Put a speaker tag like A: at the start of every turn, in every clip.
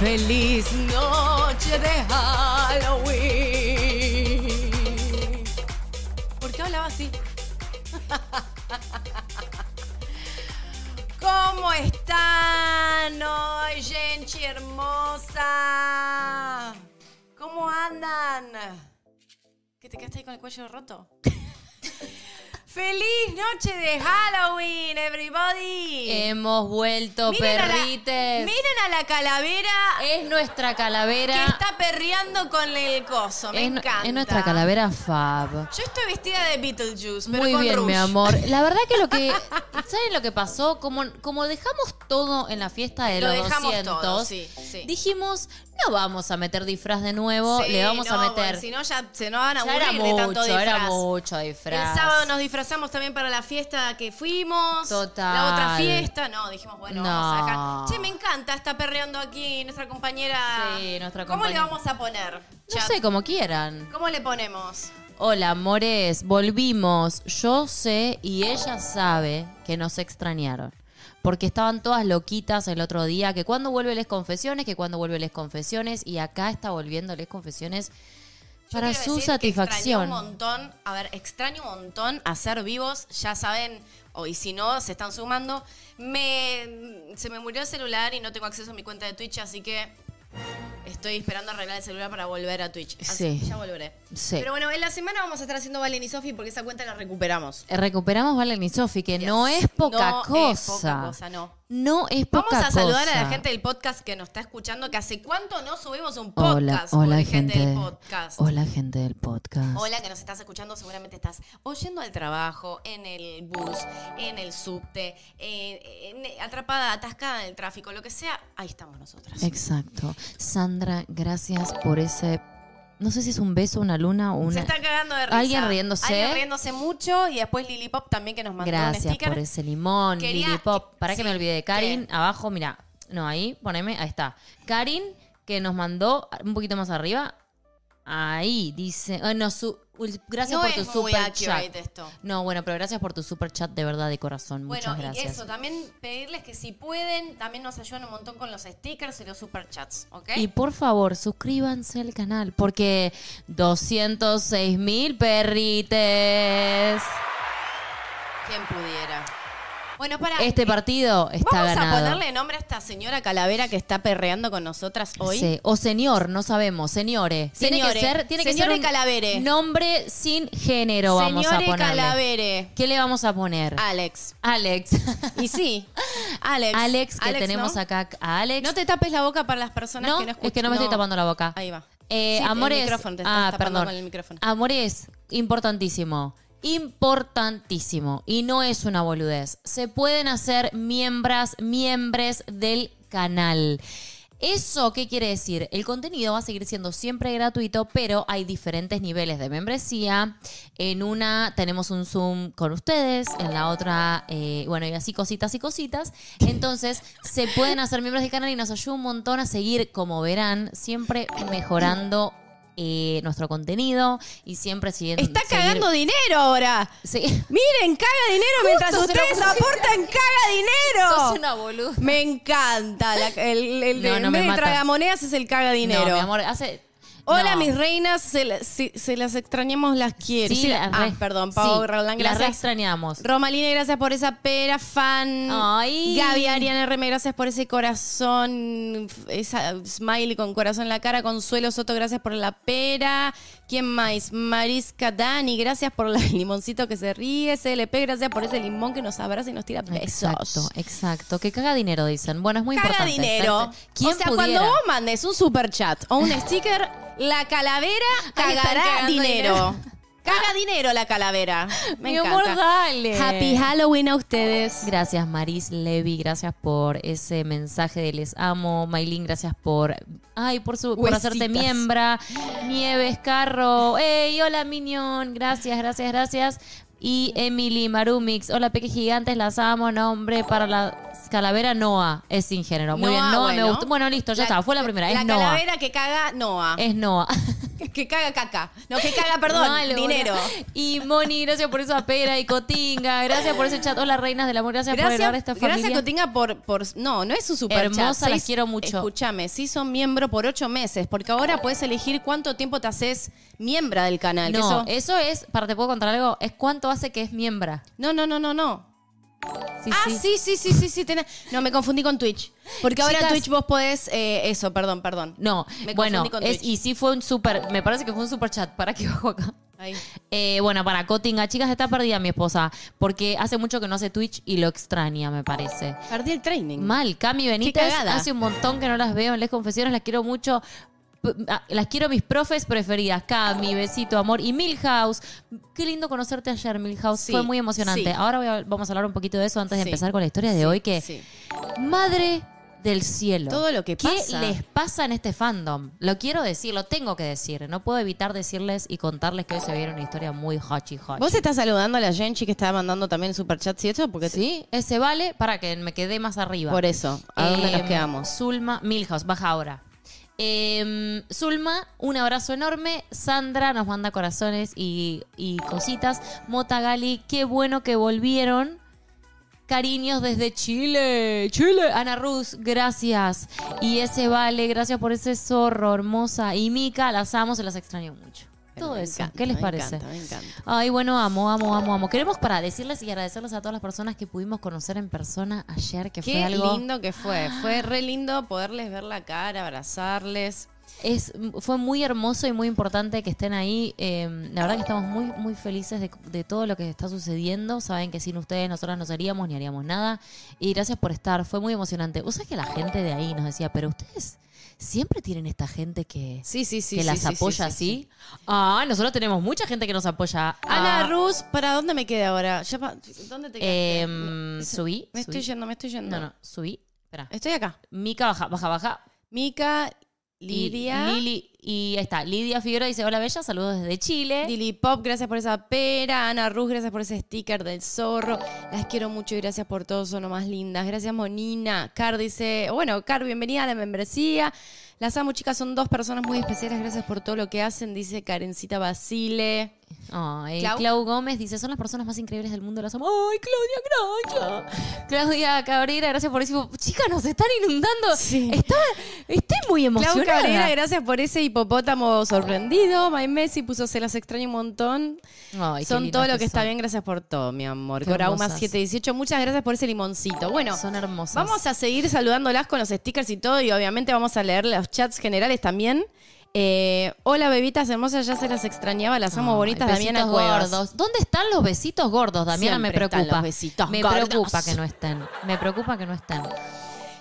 A: Feliz noche de Halloween. ¿Por qué hablaba así? ¿Cómo están hoy, gente hermosa? ¿Cómo andan? ¿Que te quedaste ahí con el cuello roto? ¡Feliz noche de Halloween, everybody!
B: Eh, Hemos vuelto,
A: Miren a la-
B: perrites.
A: miren a la calavera
B: Es nuestra
A: que
B: calavera.
A: está perreando con el coso. Me
B: es, nu-
A: encanta.
B: es nuestra calavera fab.
A: Yo estoy vestida de Beetlejuice, pero
B: Muy
A: con
B: bien,
A: Rouge.
B: mi amor. La verdad que lo que... ¿Saben lo que pasó? Como, como dejamos todo en la fiesta de
A: Lo
B: los
A: dejamos
B: 200,
A: todo, sí, sí.
B: dijimos, no vamos a meter disfraz de nuevo,
A: Sí,
B: le vamos
A: no,
B: a
A: porque
B: meter...
A: Si no, ya se nos van a
B: Ya
A: aburrir
B: era
A: de tanto
B: mucho, era
A: disfraz.
B: mucho disfraz.
A: El sábado nos disfrazamos también para la fiesta que fuimos.
B: Total.
A: La otra fiesta. No, dijimos, bueno,
B: No.
A: vamos a dejar. Che, me encanta, está perreando aquí nuestra compañera.
B: Sí, nuestra
A: ¿Cómo le
B: compañera.
A: vamos a poner?
B: No
A: Chat?
B: sé, como quieran.
A: ¿Cómo le ponemos?
B: Hola, amores, volvimos. Yo sé y ella sabe que nos extrañaron. Porque estaban todas loquitas el otro día, que cuando vuelve les confesiones, que cuando vuelve les confesiones, y acá está volviendo les confesiones
A: Yo
B: para
A: quiero
B: su
A: decir que extraño
B: satisfacción.
A: un montón, a ver, extraño un montón hacer vivos, ya saben, o y si no, se están sumando. Me, se me murió el celular y no tengo acceso a mi cuenta de Twitch, así que estoy esperando arreglar el celular para volver a Twitch. Así
B: Sí.
A: que ya volveré.
B: Sí.
A: Pero bueno, en la semana vamos a estar haciendo Valen y Sofi porque esa cuenta la recuperamos.
B: Recuperamos Valen y Sofi, que no
A: Yes.
B: es poca
A: No es
B: cosa.
A: poca cosa, no.
B: No es poca
A: Vamos
B: cosa.
A: a saludar a la gente del podcast que nos está escuchando, que hace cuánto no subimos un
B: Hola,
A: podcast.
B: hola
A: pobre
B: gente,
A: del podcast.
B: Hola gente del podcast.
A: Hola, que nos estás escuchando, seguramente estás oyendo al trabajo, en el bus, en el subte, en- en- atrapada, atascada en el tráfico, lo que sea, ahí estamos nosotras.
B: Exacto. Sandra, gracias por ese. No sé si es un beso, una luna o una.
A: Se están cagando de risa.
B: ¿Alguien riéndose?
A: Alguien riéndose mucho y después Lily Pop también que nos mandó un
B: Gracias
A: sticker.
B: por ese limón,
A: Quería-
B: Lili Pop. Para
A: sí,
B: que me olvide de Karin, abajo, mira. No, ahí, poneme, ahí está. Karin, que nos mandó un poquito más arriba. Ahí, dice. ah, no, su- ul- gracias
A: no
B: por
A: es
B: tu
A: muy
B: super
A: accurate
B: chat.
A: esto.
B: No, bueno, pero gracias por tu super chat de verdad, de corazón.
A: Bueno,
B: Muchas
A: y
B: gracias.
A: eso, también pedirles que si pueden, también nos ayudan un montón con los stickers y los superchats, ¿ok?
B: Y por favor, suscríbanse al canal porque 206 mil perrites.
A: Quien pudiera. Bueno, para...
B: Este partido está
A: Eh, Vamos
B: ganado.
A: a ponerle nombre a esta señora calavera que está perreando con nosotras hoy.
B: Sí, O señor, no sabemos, señores. tiene
A: Señore,
B: que ser, tiene que
A: señore
B: ser un
A: Calavere.
B: nombre sin género vamos a
A: Señore
B: ponerle.
A: Calavere.
B: ¿Qué le vamos a poner?
A: Alex.
B: Alex.
A: Y sí, Alex.
B: Alex, que tenemos
A: ¿no?
B: acá a Alex.
A: No te tapes la boca para las personas
B: No,
A: que no escuchan.
B: es que no me estoy tapando la boca.
A: Ahí va.
B: Eh,
A: Sí, el
B: amores,
A: micrófono, te estás
B: ah,
A: tapando
B: perdón.
A: con el micrófono.
B: Amores, importantísimo. Importantísimo. Y no es una boludez. Se pueden hacer miembras, miembros del canal. ¿Eso qué quiere decir? El contenido va a seguir siendo siempre gratuito, pero hay diferentes niveles de membresía. En una tenemos un Zoom con ustedes, en la otra, eh, bueno, y así cositas y cositas. Entonces, se pueden hacer miembros del canal y nos ayuda un montón a seguir, como verán, siempre mejorando eh, nuestro contenido y siempre siguiendo.
A: Está
B: seguir-
A: cagando dinero ahora.
B: Sí.
A: Miren, caga dinero
B: Justo
A: mientras
B: se lo
A: ustedes
B: puse.
A: aportan, caga dinero.
B: Sos una boluda.
A: Me encanta. la- el el de,
B: No, no
A: en
B: me
A: vez de
B: mata.
A: tragamonedas es el caga dinero.
B: No, mi amor, hace.
A: Hola,
B: no.
A: mis reinas. Se, la- si- se las extrañamos, las quiero.
B: Sí,
A: Sí,
B: las
A: ah,
B: re-
A: perdón,
B: sí,
A: Pau Roland,
B: Las re
A: gracias.
B: extrañamos.
A: Romaline, gracias por esa pera, fan.
B: Ay.
A: Gaby Ariana RM, gracias por ese corazón, f- esa smiley con corazón en la cara. Consuelo Soto, gracias por la pera. ¿Quién más? Marisca Dani, gracias por el limoncito que se ríe. CLP, gracias por ese limón que nos abraza y nos tira besos.
B: Exacto, exacto. Que caga dinero, dicen. Bueno, es muy
A: Caga
B: importante.
A: dinero.
B: ¿Quién
A: o sea,
B: pudiera?
A: cuando vos mandes un super chat o un sticker, la calavera
B: Ahí están
A: cagará
B: cagando
A: dinero.
B: dinero.
A: Caga dinero la calavera. Me
B: Mi
A: encanta.
B: amor, dale.
A: Happy Halloween a ustedes.
B: Gracias Maris Levy, gracias por ese mensaje de les amo. Maylin, gracias por ay, por su por
A: Huesitas.
B: hacerte miembra. Nieves Carro, hey, hola Minion, gracias, gracias, gracias. Y Emily Marumix, hola Peque Gigantes, las amo, nombre para la calavera Noah, es sin género. Muy
A: Noah,
B: bien, Noah,
A: bueno.
B: me gustó. Bueno, listo, ya
A: La-
B: está, fue la primera,
A: La
B: es Noah.
A: calavera que caga Noah.
B: Es Noah.
A: que caga caca. No, que caga, perdón,
B: Malo,
A: dinero.
B: hola. Y Moni, gracias por esa pera. Y Cotinga, gracias por ese chat. Hola, reinas del amor. Gracias, por
A: Gracias,
B: grabar esta familia.
A: gracias Cotinga por, por... No, no es un super
B: Hermosa, las quiero mucho.
A: Escúchame, sí son miembro por ocho meses, porque ahora puedes elegir cuánto tiempo te haces miembra del canal. que
B: No,
A: eso-
B: eso es, para te puedo contar algo, es cuánto hace que es miembra.
A: no, no, no, no, no.
B: Sí,
A: ah,
B: sí.
A: sí, sí, sí, sí, sí. tenés- No, me confundí con Twitch. Porque ahora en
B: Chicas-
A: Twitch vos podés... eh, eso, perdón, perdón.
B: No,
A: Me
B: bueno,
A: confundí con
B: es,
A: Twitch.
B: y sí fue un super, me parece que fue un super chat, para que bajo acá.
A: Ahí.
B: Eh, bueno, para Cotinga, chicas, está perdida mi esposa, porque hace mucho que no hace Twitch y lo extraña, me parece.
A: Perdí el training.
B: Mal, Cami Benítez,
A: cagada.
B: hace un montón que no las veo en Les Confesiones, las quiero mucho. P- ah, Las quiero mis profes preferidas, Cami, besito, amor y Milhouse. Qué lindo conocerte ayer, Milhouse.
A: Sí,
B: Fue muy emocionante.
A: sí.
B: Ahora voy a- vamos a hablar un poquito de eso antes de
A: Sí.
B: empezar con la historia de hoy, que
A: Sí.
B: Madre del cielo.
A: Todo lo que pasa.
B: ¿Qué les pasa en este fandom? Lo quiero decir, lo tengo que decir. No puedo evitar decirles y contarles que hoy se viene una historia muy hochi hochi.
A: Vos estás saludando a la Genchi que está mandando también superchats y eso, porque
B: ¿Sí? Ese vale para que me quedé más arriba.
A: por eso, ¿a dónde
B: Eh,
A: nos quedamos?
B: Zulma, Milhouse, baja ahora. Eh, Zulma, un abrazo enorme. Sandra nos manda corazones y, y cositas. Mota Gali, qué bueno que volvieron. Cariños desde Chile, Chile. Ana Ruz, gracias. Y ese vale, gracias por ese zorro hermosa. Y Mica, las amo, se las extraño mucho.
A: Pero
B: Todo
A: me
B: eso,
A: encanta,
B: ¿qué les
A: me
B: parece?
A: encanta, me encanta.
B: Ay, bueno, amo, amo, amo, amo. Queremos para decirles y agradecerles a todas las personas que pudimos conocer en persona ayer, que fue
A: Qué
B: algo... Ah.
A: lindo que fue. Fue re lindo poderles ver la cara, abrazarles.
B: Es, fue muy hermoso y muy importante que estén ahí. Eh, la verdad que estamos muy, muy felices de, de todo lo que está sucediendo. Saben que sin ustedes nosotras no seríamos ni haríamos nada. Y gracias por estar. Fue muy emocionante. Vos sabés que la gente de ahí nos decía, pero ustedes siempre tienen esta gente que,
A: Sí, sí, sí.
B: que
A: sí,
B: las
A: sí, sí,
B: apoya
A: sí,
B: así.
A: sí.
B: Ah, nosotros tenemos mucha gente que nos apoya.
A: Ana
B: Ah,
A: Ruz, ¿para dónde me quedé ahora? Ya pa- ¿Dónde te quedaste?
B: em, subí.
A: me estoy
B: subí.
A: yendo, me estoy yendo. Eh.
B: No, no, subí. Espera.
A: Estoy acá.
B: Mica, baja, baja, baja.
A: Mica,
B: Y
A: Lidia,
B: Lili, y ahí está. Lidia Figueroa dice: Hola, bella, saludos desde Chile.
A: Lili Pop, gracias por esa pera. Ana Ruz, gracias por ese sticker del zorro. Las quiero mucho y gracias por todo, son lo más lindas. Gracias, Monina. Car dice, "Oh, bueno, Car, bienvenida a la membresía. Las amo, chicas, son dos personas muy especiales. Gracias por todo lo que hacen, dice Karencita Basile.
B: Ay,
A: Clau.
B: Clau. Gómez dice, son las personas más increíbles del mundo, las amo. Ay, Claudia, gracias. Claudia Cabrera, gracias por eso. Chicas, nos están inundando.
A: Sí.
B: Estaba- estoy muy
A: Clau
B: emocionada.
A: Cabrera, gracias por ese hipopótamo sorprendido. My Messi puso, se las extraño un montón.
B: Ay, qué
A: son
B: lindas
A: todo lo que está
B: son.
A: bien, gracias por todo, mi amor.
B: Qué
A: Corauma
B: hermosas.
A: 718, muchas gracias por ese limoncito. Bueno,
B: Son hermosas.
A: Vamos a seguir saludándolas con los stickers y todo, y obviamente vamos a leer los chats generales también. Eh, hola, bebitas hermosas, ya se las extrañaba, las amo
B: Ay,
A: bonitas, Damiana
B: besitos
A: Cuevas.
B: gordos. ¿Dónde están los besitos gordos, Damiana? me
A: Siempre
B: preocupa.
A: están los besitos
B: me
A: gordos.
B: preocupa que no estén. Me preocupa que no estén.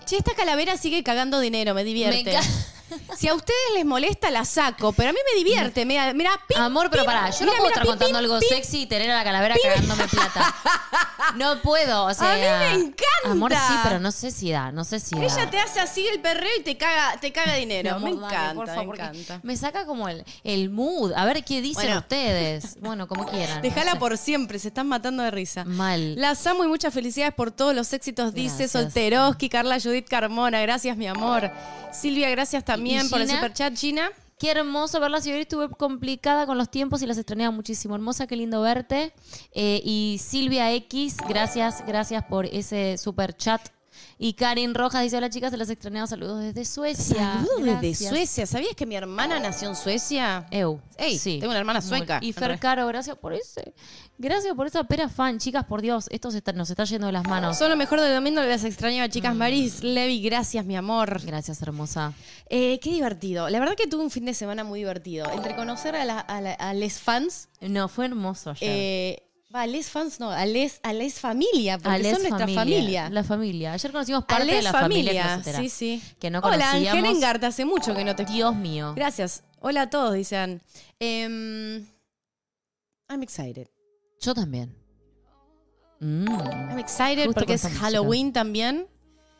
A: Che, esta calavera sigue cagando dinero, me divierte.
B: Me ca-
A: si a ustedes les molesta, la saco, pero a mí me divierte. Mira, mira, pim,
B: Amor, pero
A: pim,
B: pará, yo no
A: mira,
B: puedo
A: mira,
B: estar
A: pim,
B: contando
A: pim,
B: algo
A: pim.
B: sexy y tener a la calavera cagándome plata. No puedo, o sea.
A: A mí me encanta.
B: Amor, sí, pero no sé si da, no sé si da.
A: Ella te hace así el perreo y te caga, te caga dinero.
B: Mi
A: me
B: amor, dale,
A: encanta,
B: por favor,
A: me
B: porque
A: encanta.
B: me saca como el, el mood. A ver qué dicen
A: Bueno.
B: ustedes. Bueno, como quieran. no
A: Dejala
B: sé.
A: por siempre, se están matando de risa.
B: Mal.
A: Las amo y muchas felicidades por todos los éxitos, dice
B: Gracias.
A: Solteroski, Carla Judith Carmona. Gracias, mi amor. Silvia, gracias también
B: ¿Y
A: por el
B: Gina?
A: superchat, Gina.
B: Qué hermoso verlas. Yo hoy estuve complicada con los tiempos y las extrañaba muchísimo. Hermosa, qué lindo verte. Eh, y Silvia X, gracias, gracias por ese super chat. Y Karin Rojas dice, hola chicas, se las extrañaba. Saludos desde Suecia.
A: Saludos desde
B: Gracias.
A: Suecia. ¿Sabías que mi
B: Oh.
A: hermana nació en Suecia?
B: Eu.
A: Ey, tengo una hermana sueca.
B: Y
A: Al
B: Fer
A: revés.
B: Caro, gracias por ese. Gracias por esa pera fan, chicas, por Dios. Esto se está- nos está yendo de las manos.
A: Son lo mejor del domingo, las extrañaba, chicas.
B: Mm.
A: Maris, Levi, gracias, mi amor.
B: Gracias, hermosa.
A: Eh, qué divertido. La verdad que tuve un fin de semana muy divertido. Entre conocer a, la- a la- a les fans,
B: No, fue hermoso ayer.
A: eh, va, a les fans no, a les, a les familia, porque
B: A les
A: son nuestra familia.
B: La familia. Ayer conocimos
A: A
B: parte de
A: les
B: la familia,
A: familia,
B: closetera,
A: sí, sí.
B: Que no
A: Hola,
B: conocíamos.
A: Ángel Engarte, hace mucho que no te
B: Dios mío.
A: Gracias. Hola a todos, dice Ann. Em, I'm excited.
B: Yo también. Mm.
A: I'm excited
B: Justo
A: porque
B: con
A: es
B: esa música.
A: Halloween también.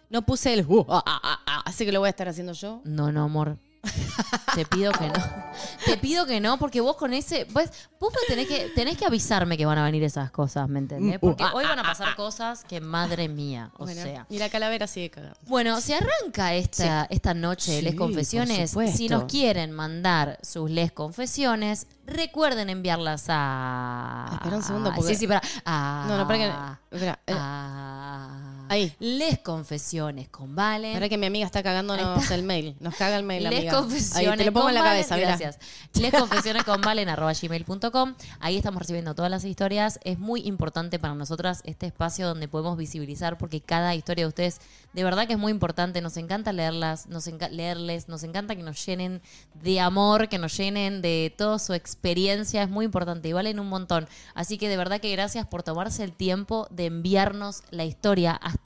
A: No puse el... uh, ah, ah, ah, ah, así que lo voy a estar haciendo yo.
B: No, no, amor. Te pido que no. Te pido que no, porque vos con ese. Vos, vos me tenés que, tenés que avisarme que van a venir esas cosas,
A: Mm,
B: ¿me
A: uh,
B: entendés? Porque
A: ah,
B: hoy van a pasar cosas que madre mía. O
A: Bueno,
B: sea.
A: Y la calavera sigue cagando.
B: Bueno, se arranca esta, esta noche de
C: Sí,
B: Les
C: por
B: Confesiones.
C: supuesto.
B: Si nos quieren mandar sus Les Confesiones, recuerden enviarlas a.
A: Ah, espera un segundo, porque-
B: Sí, sí, para. a-
A: No, no,
B: Ah.
A: para que. espera, eh,
B: a-
A: Ahí.
B: Ah, Les Confesiones con Valen.
A: espera que mi amiga está cagándonos el mail. Nos caga el mail,
B: Les
A: amiga.
B: confesiones.
A: Ahí, te lo pongo
B: con
A: en la
B: Valen,
A: cabeza, mirá.
B: gracias. Les confesiones con Valen arroba gmail.com. Ahí estamos recibiendo todas las historias. Es muy importante para nosotras este espacio donde podemos visibilizar porque cada historia de ustedes de verdad que es muy importante. Nos encanta leerlas, nos enca- leerles, nos encanta que nos llenen de amor, que nos llenen de toda su experiencia. Es muy importante y valen un montón. Así que de verdad que gracias por tomarse el tiempo de enviarnos la historia hasta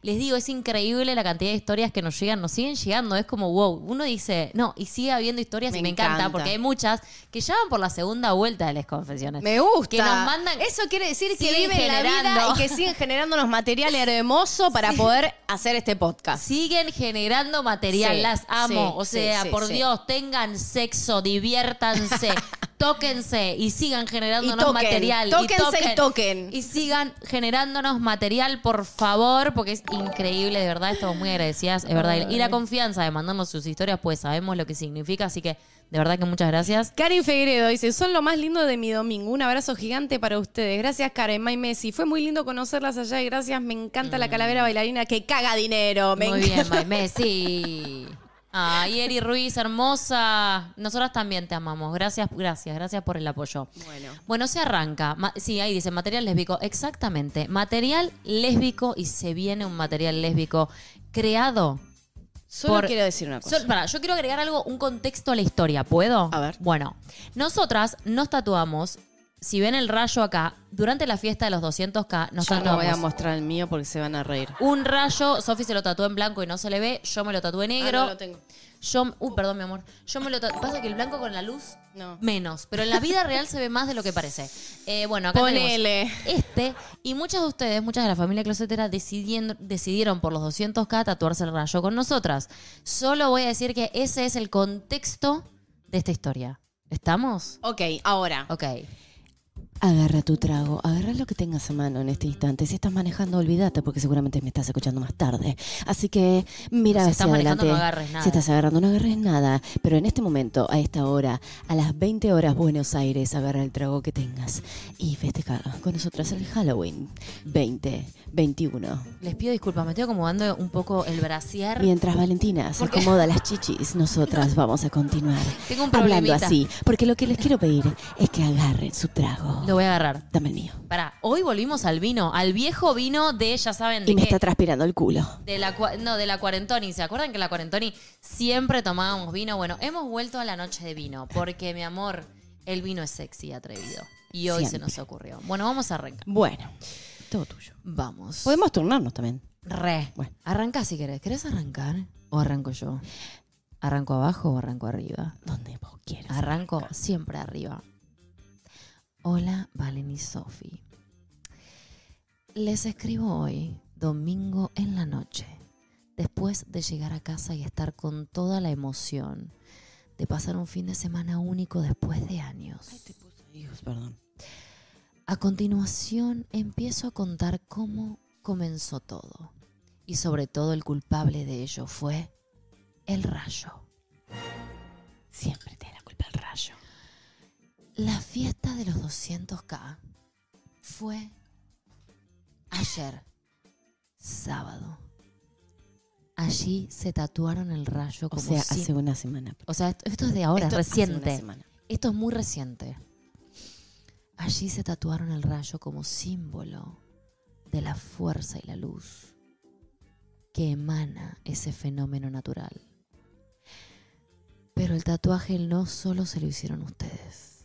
B: les digo, es increíble la cantidad de historias que nos llegan, nos siguen llegando, es como wow. Uno dice, no, y sigue habiendo historias
A: Me
B: y me encanta,
A: encanta.
B: porque hay muchas que ya van por la segunda vuelta de las confesiones.
A: Me gusta.
B: Que nos mandan.
A: Eso quiere decir que
B: Siguen
A: viven la vida
B: generando.
A: y que siguen generándonos material hermoso para poder hacer este podcast.
B: Siguen generando material,
A: Sí,
B: las amo.
A: sí,
B: o
A: sí,
B: sea,
A: sí,
B: por
A: sí.
B: Dios, tengan sexo, diviértanse, tóquense y sigan generándonos
A: Y toquen,
B: material.
A: tóquense y toquen.
B: Y sigan generándonos material, por favor, porque es increíble, de verdad, estamos muy agradecidas, es verdad. Y la confianza de mandarnos sus historias, pues sabemos lo que significa, así que de verdad que muchas gracias.
A: Karen Figueredo dice, son lo más lindo de mi domingo. Un abrazo gigante para ustedes. Gracias, Karen, May Messi. Fue muy lindo conocerlas allá y gracias. Me encanta la calavera bailarina que caga dinero. Me
B: Muy
A: encanta.
B: bien, Maime, sí. Ay, Eri Ruiz, hermosa. Nosotras también te amamos. Gracias, gracias, gracias por el apoyo.
A: Bueno.
B: Bueno, se arranca. Ma- sí, ahí dice material lésbico. Exactamente. Material lésbico y se viene un material lésbico creado.
A: Solo
B: por-
A: quiero decir una cosa.
B: Sol- pará, yo quiero agregar algo, un contexto a la historia. ¿Puedo?
A: A ver.
B: Bueno, nosotras nos tatuamos. Si ven el rayo acá, durante la fiesta de los 200K, nos
A: Yo no
B: tatuamos.
A: voy a mostrar el mío porque se van a reír.
B: un rayo, Sofi se lo tatuó en blanco y no se le ve, yo me lo tatué en negro.
A: Ah, no lo tengo.
B: Yo, uh, perdón, mi amor. Yo me lo ta- pasa que el blanco con la luz
A: No.
B: menos, pero en la vida real se ve más de lo que parece. Eh, bueno, acá tenemos
A: Ponele.
B: este y muchas de ustedes, muchas de la familia closetera decidiendo, decidieron por los 200k tatuarse el rayo con nosotras. Solo voy a decir que ese es el contexto de esta historia. ¿Estamos?
A: Ok, ahora.
B: Ok.
C: Agarra tu trago, agarra lo que tengas a mano en este instante. Si estás manejando, olvídate porque seguramente me estás escuchando más tarde. Así que mira
B: Si
C: hacia
B: estás manejando,
C: adelante.
B: no agarres nada.
C: Si estás agarrando, no agarres nada. Pero en este momento, a esta hora, a las 20 horas, Buenos Aires, agarra el trago que tengas y festeja con nosotras el Halloween 2021.
B: Les pido disculpas, me estoy acomodando un poco el brasier.
C: Mientras Valentina se acomoda las chichis, nosotras vamos a continuar
B: Tengo un
C: hablando
B: problemita.
C: así. Porque lo que les quiero pedir es que agarren su trago.
B: Lo voy a agarrar.
C: Dame el mío.
B: Pará, hoy volvimos al vino, al viejo vino de, ya saben, de
C: Y me
B: qué.
C: está transpirando el culo.
B: De la, cua- no, de la cuarentoni. ¿Se acuerdan que la cuarentoni siempre tomábamos vino? Bueno, hemos vuelto a la noche de vino, porque mi amor, el vino es sexy y atrevido. Y hoy se
C: Siempre.
B: nos ocurrió. Bueno, vamos a arrancar.
C: Bueno, todo tuyo.
B: Vamos.
C: Podemos turnarnos también.
B: Re.
C: Bueno.
B: Arranca si querés. ¿Querés arrancar? ¿O arranco yo? ¿Arranco abajo o arranco arriba?
C: Donde vos quieras.
B: Arranco siempre arriba. Hola, Valen y Sofi. Les escribo hoy, domingo en la noche, después de llegar a casa y estar con toda la emoción de pasar un fin de semana único después de años.
C: Dios, perdón.
B: A continuación empiezo a contar cómo comenzó todo. Y sobre todo el culpable de ello fue el rayo.
C: Siempre tiene la culpa el rayo.
B: La fiesta de los 200K fue ayer, sábado. Allí se tatuaron el rayo
C: O
B: como
C: sea,
B: si-
C: hace una semana.
B: O sea, esto, esto es de ahora,
C: Esto
B: es
C: hace una
B: reciente.
C: semana.
B: Esto es muy reciente. Allí se tatuaron el rayo como símbolo de la fuerza y la luz que emana ese fenómeno natural. Pero el tatuaje no solo se lo hicieron ustedes.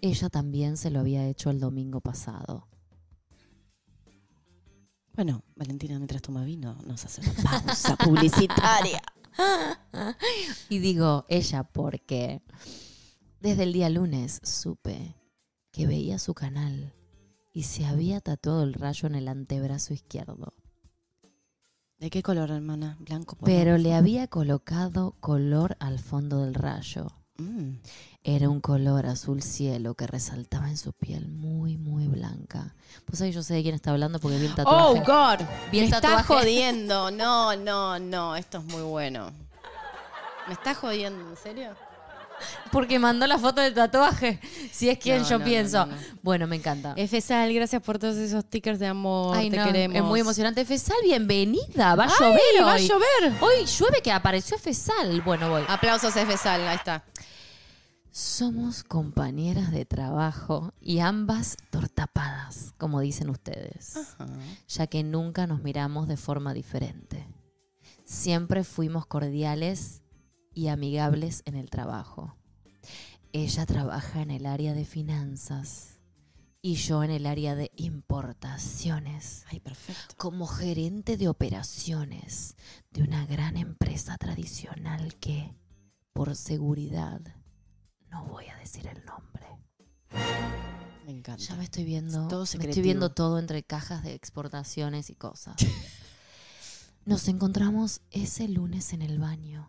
B: Ella también se lo había hecho el domingo pasado.
C: Bueno, Valentina, mientras toma vino, nos hace una pausa publicitaria.
B: Y digo ella porque desde el día lunes supe que veía su canal y se había tatuado el rayo en el antebrazo izquierdo.
C: ¿De qué color, hermana? Blanco. por
B: Pero le había colocado color al fondo del rayo.
C: Mm.
B: Era un color azul cielo que resaltaba en su piel muy, muy blanca. Pues ahí yo sé de quién está hablando porque vi el
A: Oh,
B: tatuaje.
A: God.
B: Vi el
A: Me está
B: tatuaje.
A: jodiendo. No, no, no. Esto es muy bueno. ¿Me está jodiendo? ¿En serio?
B: Porque mandó la foto del tatuaje. Si es quien
A: No,
B: yo
A: no, no,
B: pienso.
A: no, no.
B: Bueno, me encanta.
A: F. Sal, gracias por todos esos stickers de amor.
B: Ay,
A: Te
B: no,
A: queremos.
B: Es muy emocionante. Fesal, bienvenida. Va a
A: Ay,
B: llover
A: va a
B: hoy.
A: llover.
B: Hoy llueve que apareció Fesal. Bueno, voy.
A: Aplausos, F. Sal. Ahí está.
B: Somos compañeras de trabajo y ambas tortapadas, como dicen ustedes,
A: Ah.
B: ya que nunca nos miramos de forma diferente. Siempre fuimos cordiales y amigables en el trabajo. Ella trabaja en el área de finanzas y yo en el área de importaciones
C: Ay, perfecto.
B: como gerente de operaciones de una gran empresa tradicional que, por seguridad, no voy a decir el nombre.
C: Me encanta.
B: Ya me estoy viendo,
C: Es todo
B: me estoy
C: secretivo.
B: viendo todo entre cajas de exportaciones y cosas. Nos encontramos ese lunes en el baño.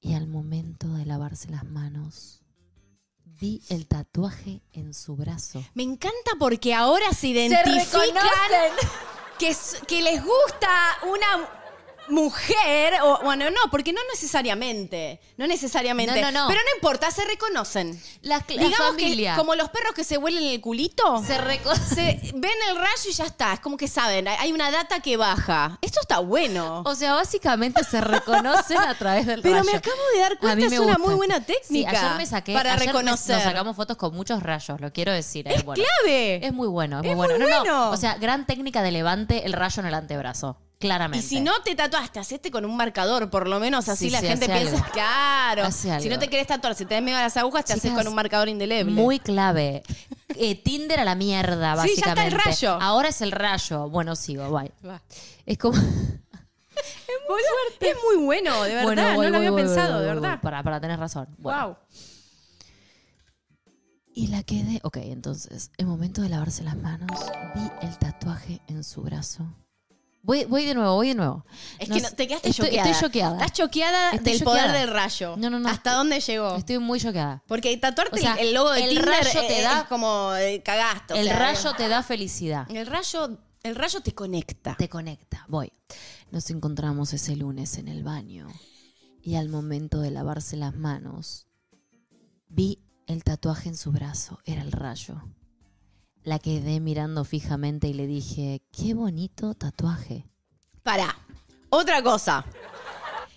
B: Y al momento de lavarse las manos, vi el tatuaje en su brazo.
A: Me encanta porque ahora se identifican que, s- que les gusta una mujer, o bueno, no, porque no necesariamente, no necesariamente,
B: No, no, no.
A: pero no importa, se reconocen.
B: Las cl- la
A: Digamos que
B: familia.
A: como los perros que se huelen el culito,
B: se reconoce.
A: se ven el rayo y ya está, es como que saben, hay- hay una data que baja. Esto está bueno.
B: O sea, básicamente se reconocen a través del
A: Pero
B: rayo.
A: me acabo de dar cuenta,
B: A mí me
A: es una
B: gusta.
A: muy buena
B: Sí,
A: técnica
B: ayer me saqué,
A: para
B: ayer me-
A: reconocer.
B: nos sacamos fotos con muchos rayos, lo quiero decir. Es, bueno.
A: ¡Clave!
B: Es muy bueno, es,
A: Es
B: muy bueno.
A: muy
B: no, no,
A: bueno.
B: o sea, gran técnica de levante el rayo en el antebrazo,
A: Y
B: claramente.
A: si no te tatuaste, hacete con un marcador, por lo menos así
B: Sí,
A: la
B: sí,
A: gente
B: hace
A: piensa,
B: algo.
A: claro.
B: Hace algo.
A: Si no te querés tatuar, si te das miedo a las agujas, te haces
B: Chicas,
A: con un marcador indeleble.
B: Muy clave. Eh, Tinder a la mierda,
A: Sí, ya está
B: básicamente.
A: el rayo.
B: Ahora es el rayo. Bueno, sigo, bye.
A: Va.
B: Es como...
A: Boludo, Es muy bueno, de verdad.
B: bueno,
A: no
B: voy,
A: lo
B: voy,
A: había
B: voy,
A: pensado,
B: voy,
A: de
B: voy,
A: verdad.
B: Para, para tener razón. Bueno.
A: Wow.
B: Y la quedé. Ok, entonces, en momento de lavarse las manos, vi el tatuaje en su brazo. Voy, voy de nuevo, voy de nuevo.
A: Es
B: No
A: que no-
B: sé-
A: te quedaste
B: estoy,
A: choqueada.
B: Estoy choqueada.
A: Estás choqueada
B: Estoy
A: del
B: choqueada.
A: poder del rayo.
B: No, no, no.
A: ¿Hasta dónde llegó?
B: Estoy muy choqueada.
A: Porque tatuarte
B: O sea,
A: el logo de
B: el
A: Tinder
B: rayo
A: es-
B: te da-
A: es como eh, cagaste. o
B: el
A: sea,
B: rayo te da felicidad.
A: El rayo, el rayo te conecta.
B: Te conecta. Voy. Nos encontramos ese lunes en el baño. Y al momento de lavarse las manos, vi el tatuaje en su brazo. Era el rayo. La quedé mirando fijamente y le dije, qué bonito tatuaje.
A: Pará. Otra cosa.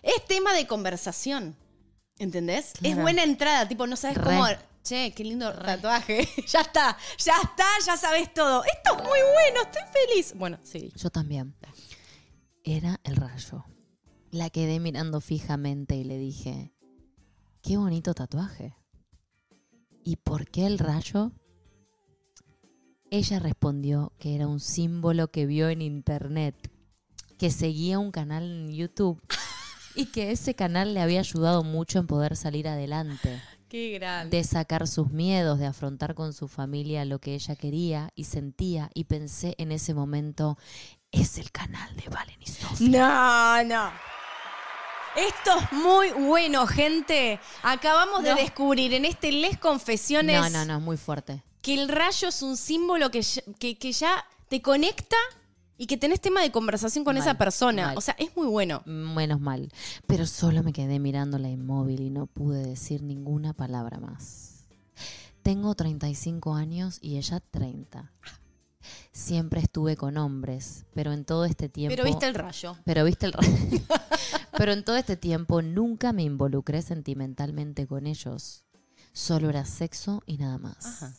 A: Es tema de conversación. ¿Entendés?
B: Claro.
A: Es buena entrada, tipo, no sabes
B: Re.
A: cómo. Che, qué lindo tatuaje. ya está, ya está, ya sabes todo. Esto es muy bueno, estoy feliz. Bueno, sí.
B: Yo también. Era el rayo. La quedé mirando fijamente y le dije, qué bonito tatuaje. ¿Y por qué el rayo? Ella respondió que era un símbolo que vio en internet, que seguía un canal en YouTube y que ese canal le había ayudado mucho en poder salir adelante
A: Qué grande.
B: de sacar sus miedos, de afrontar con su familia lo que ella quería y sentía. Y pensé en ese momento, es el canal de Valen y Sofía.
A: No, no. Esto es muy bueno, gente. Acabamos de
B: No.
A: descubrir en este Les Confesiones
B: No, no, no, es muy fuerte.
A: que el rayo es un símbolo que ya, que- que ya te conecta y que tenés tema de conversación con
B: Mal,
A: esa persona.
B: mal.
A: O sea, es muy bueno.
B: Menos mal. Pero solo me quedé mirándola inmóvil y no pude decir ninguna palabra más. Tengo 35 años y ella 30. Siempre estuve con hombres, pero en todo este tiempo...
A: Pero viste el rayo.
B: Pero viste el Pero en todo este tiempo nunca me involucré sentimentalmente con ellos. Solo era sexo y nada más.
A: Ajá.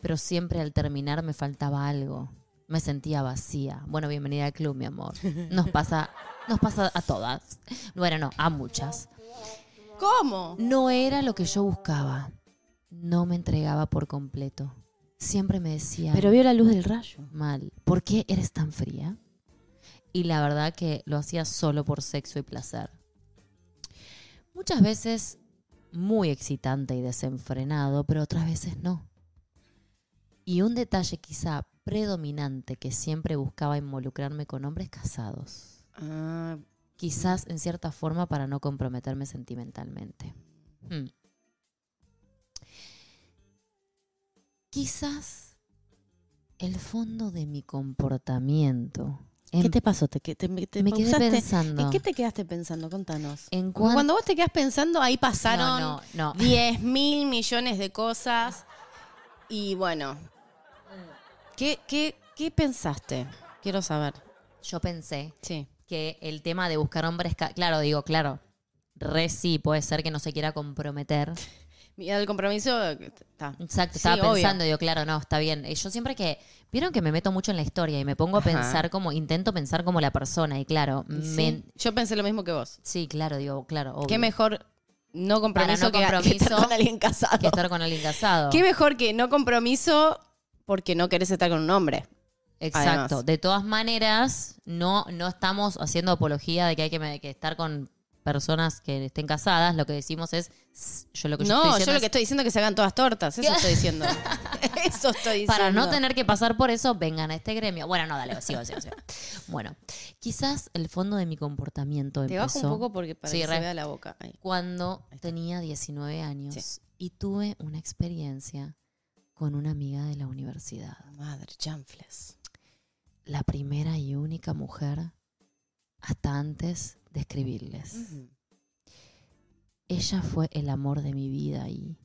B: Pero siempre al terminar me faltaba algo. Me sentía vacía. Bueno, bienvenida al club, mi amor. Nos pasa, nos pasa a todas. Bueno, no, a muchas.
A: ¿Cómo?
B: No era lo que yo buscaba. No me entregaba por completo. Siempre me decía
C: Pero vio la luz del rayo.
B: mal. ¿Por qué eres tan fría? Y la verdad que lo hacía solo por sexo y placer. Muchas veces muy excitante y desenfrenado, pero otras veces no. Y un detalle quizá predominante que siempre buscaba involucrarme con hombres casados.
A: Ah,
B: Quizás en cierta forma para no comprometerme sentimentalmente. Hmm. Quizás el fondo de mi comportamiento.
C: ¿Qué
B: en-
C: te pasó? ¿Te, que- te- te
B: Em, me quedé
C: pausaste?
B: pensando.
C: ¿En qué te quedaste pensando? Contanos.
B: en
A: Como
B: cuan-
A: Cuando vos te quedas pensando, ahí pasaron
B: No, no, no.
A: 10 mil millones de cosas. Y bueno, ¿qué, qué, qué pensaste? Quiero saber.
B: Yo pensé
A: Sí.
B: que el tema de buscar hombres, ca- claro, digo, claro, re sí, puede ser que no se quiera comprometer.
A: Mira, el compromiso eh, está.
B: Exacto,
A: Sí,
B: estaba
A: obvio.
B: pensando, digo, claro, no, está bien. Eh, Yo siempre que, vieron que me meto mucho en la historia y me pongo a
A: Ajá.
B: pensar como, intento pensar como la persona y claro,
A: Y sí,
B: me-
A: Yo pensé lo mismo que vos.
B: sí, claro, digo, claro, obvio,
A: Qué mejor no compromiso,
B: no
A: que- que,
B: compromiso,
A: estar con alguien casado.
B: que estar con alguien casado.
A: Qué mejor que no compromiso porque no querés estar con un hombre.
B: Exacto.
A: Además.
B: De todas maneras, no, no estamos haciendo apología de que hay que, me- que estar con personas que estén casadas. Lo que decimos es, "Sss", yo lo que yo
A: no,
B: estoy
A: yo
B: diciendo
A: lo
B: es,
A: que estoy diciendo es que se hagan todas tortas. Eso estoy diciendo. Eso estoy diciendo.
B: Para no tener que pasar por eso, vengan a este gremio. Bueno, no, dale, sigo, sigo, sigo. Bueno, quizás el fondo de mi comportamiento
A: Te
B: empezó
A: bajo un poco porque para
B: Sí,
A: que
B: re.
A: se vea la boca. Ahí.
B: cuando tenía 19 años
A: Sí.
B: y tuve una experiencia con una amiga de la universidad.
A: Madre, chanfles.
B: La primera y única mujer hasta antes de escribirles.
A: Mm.
B: Ella fue el amor de mi vida y,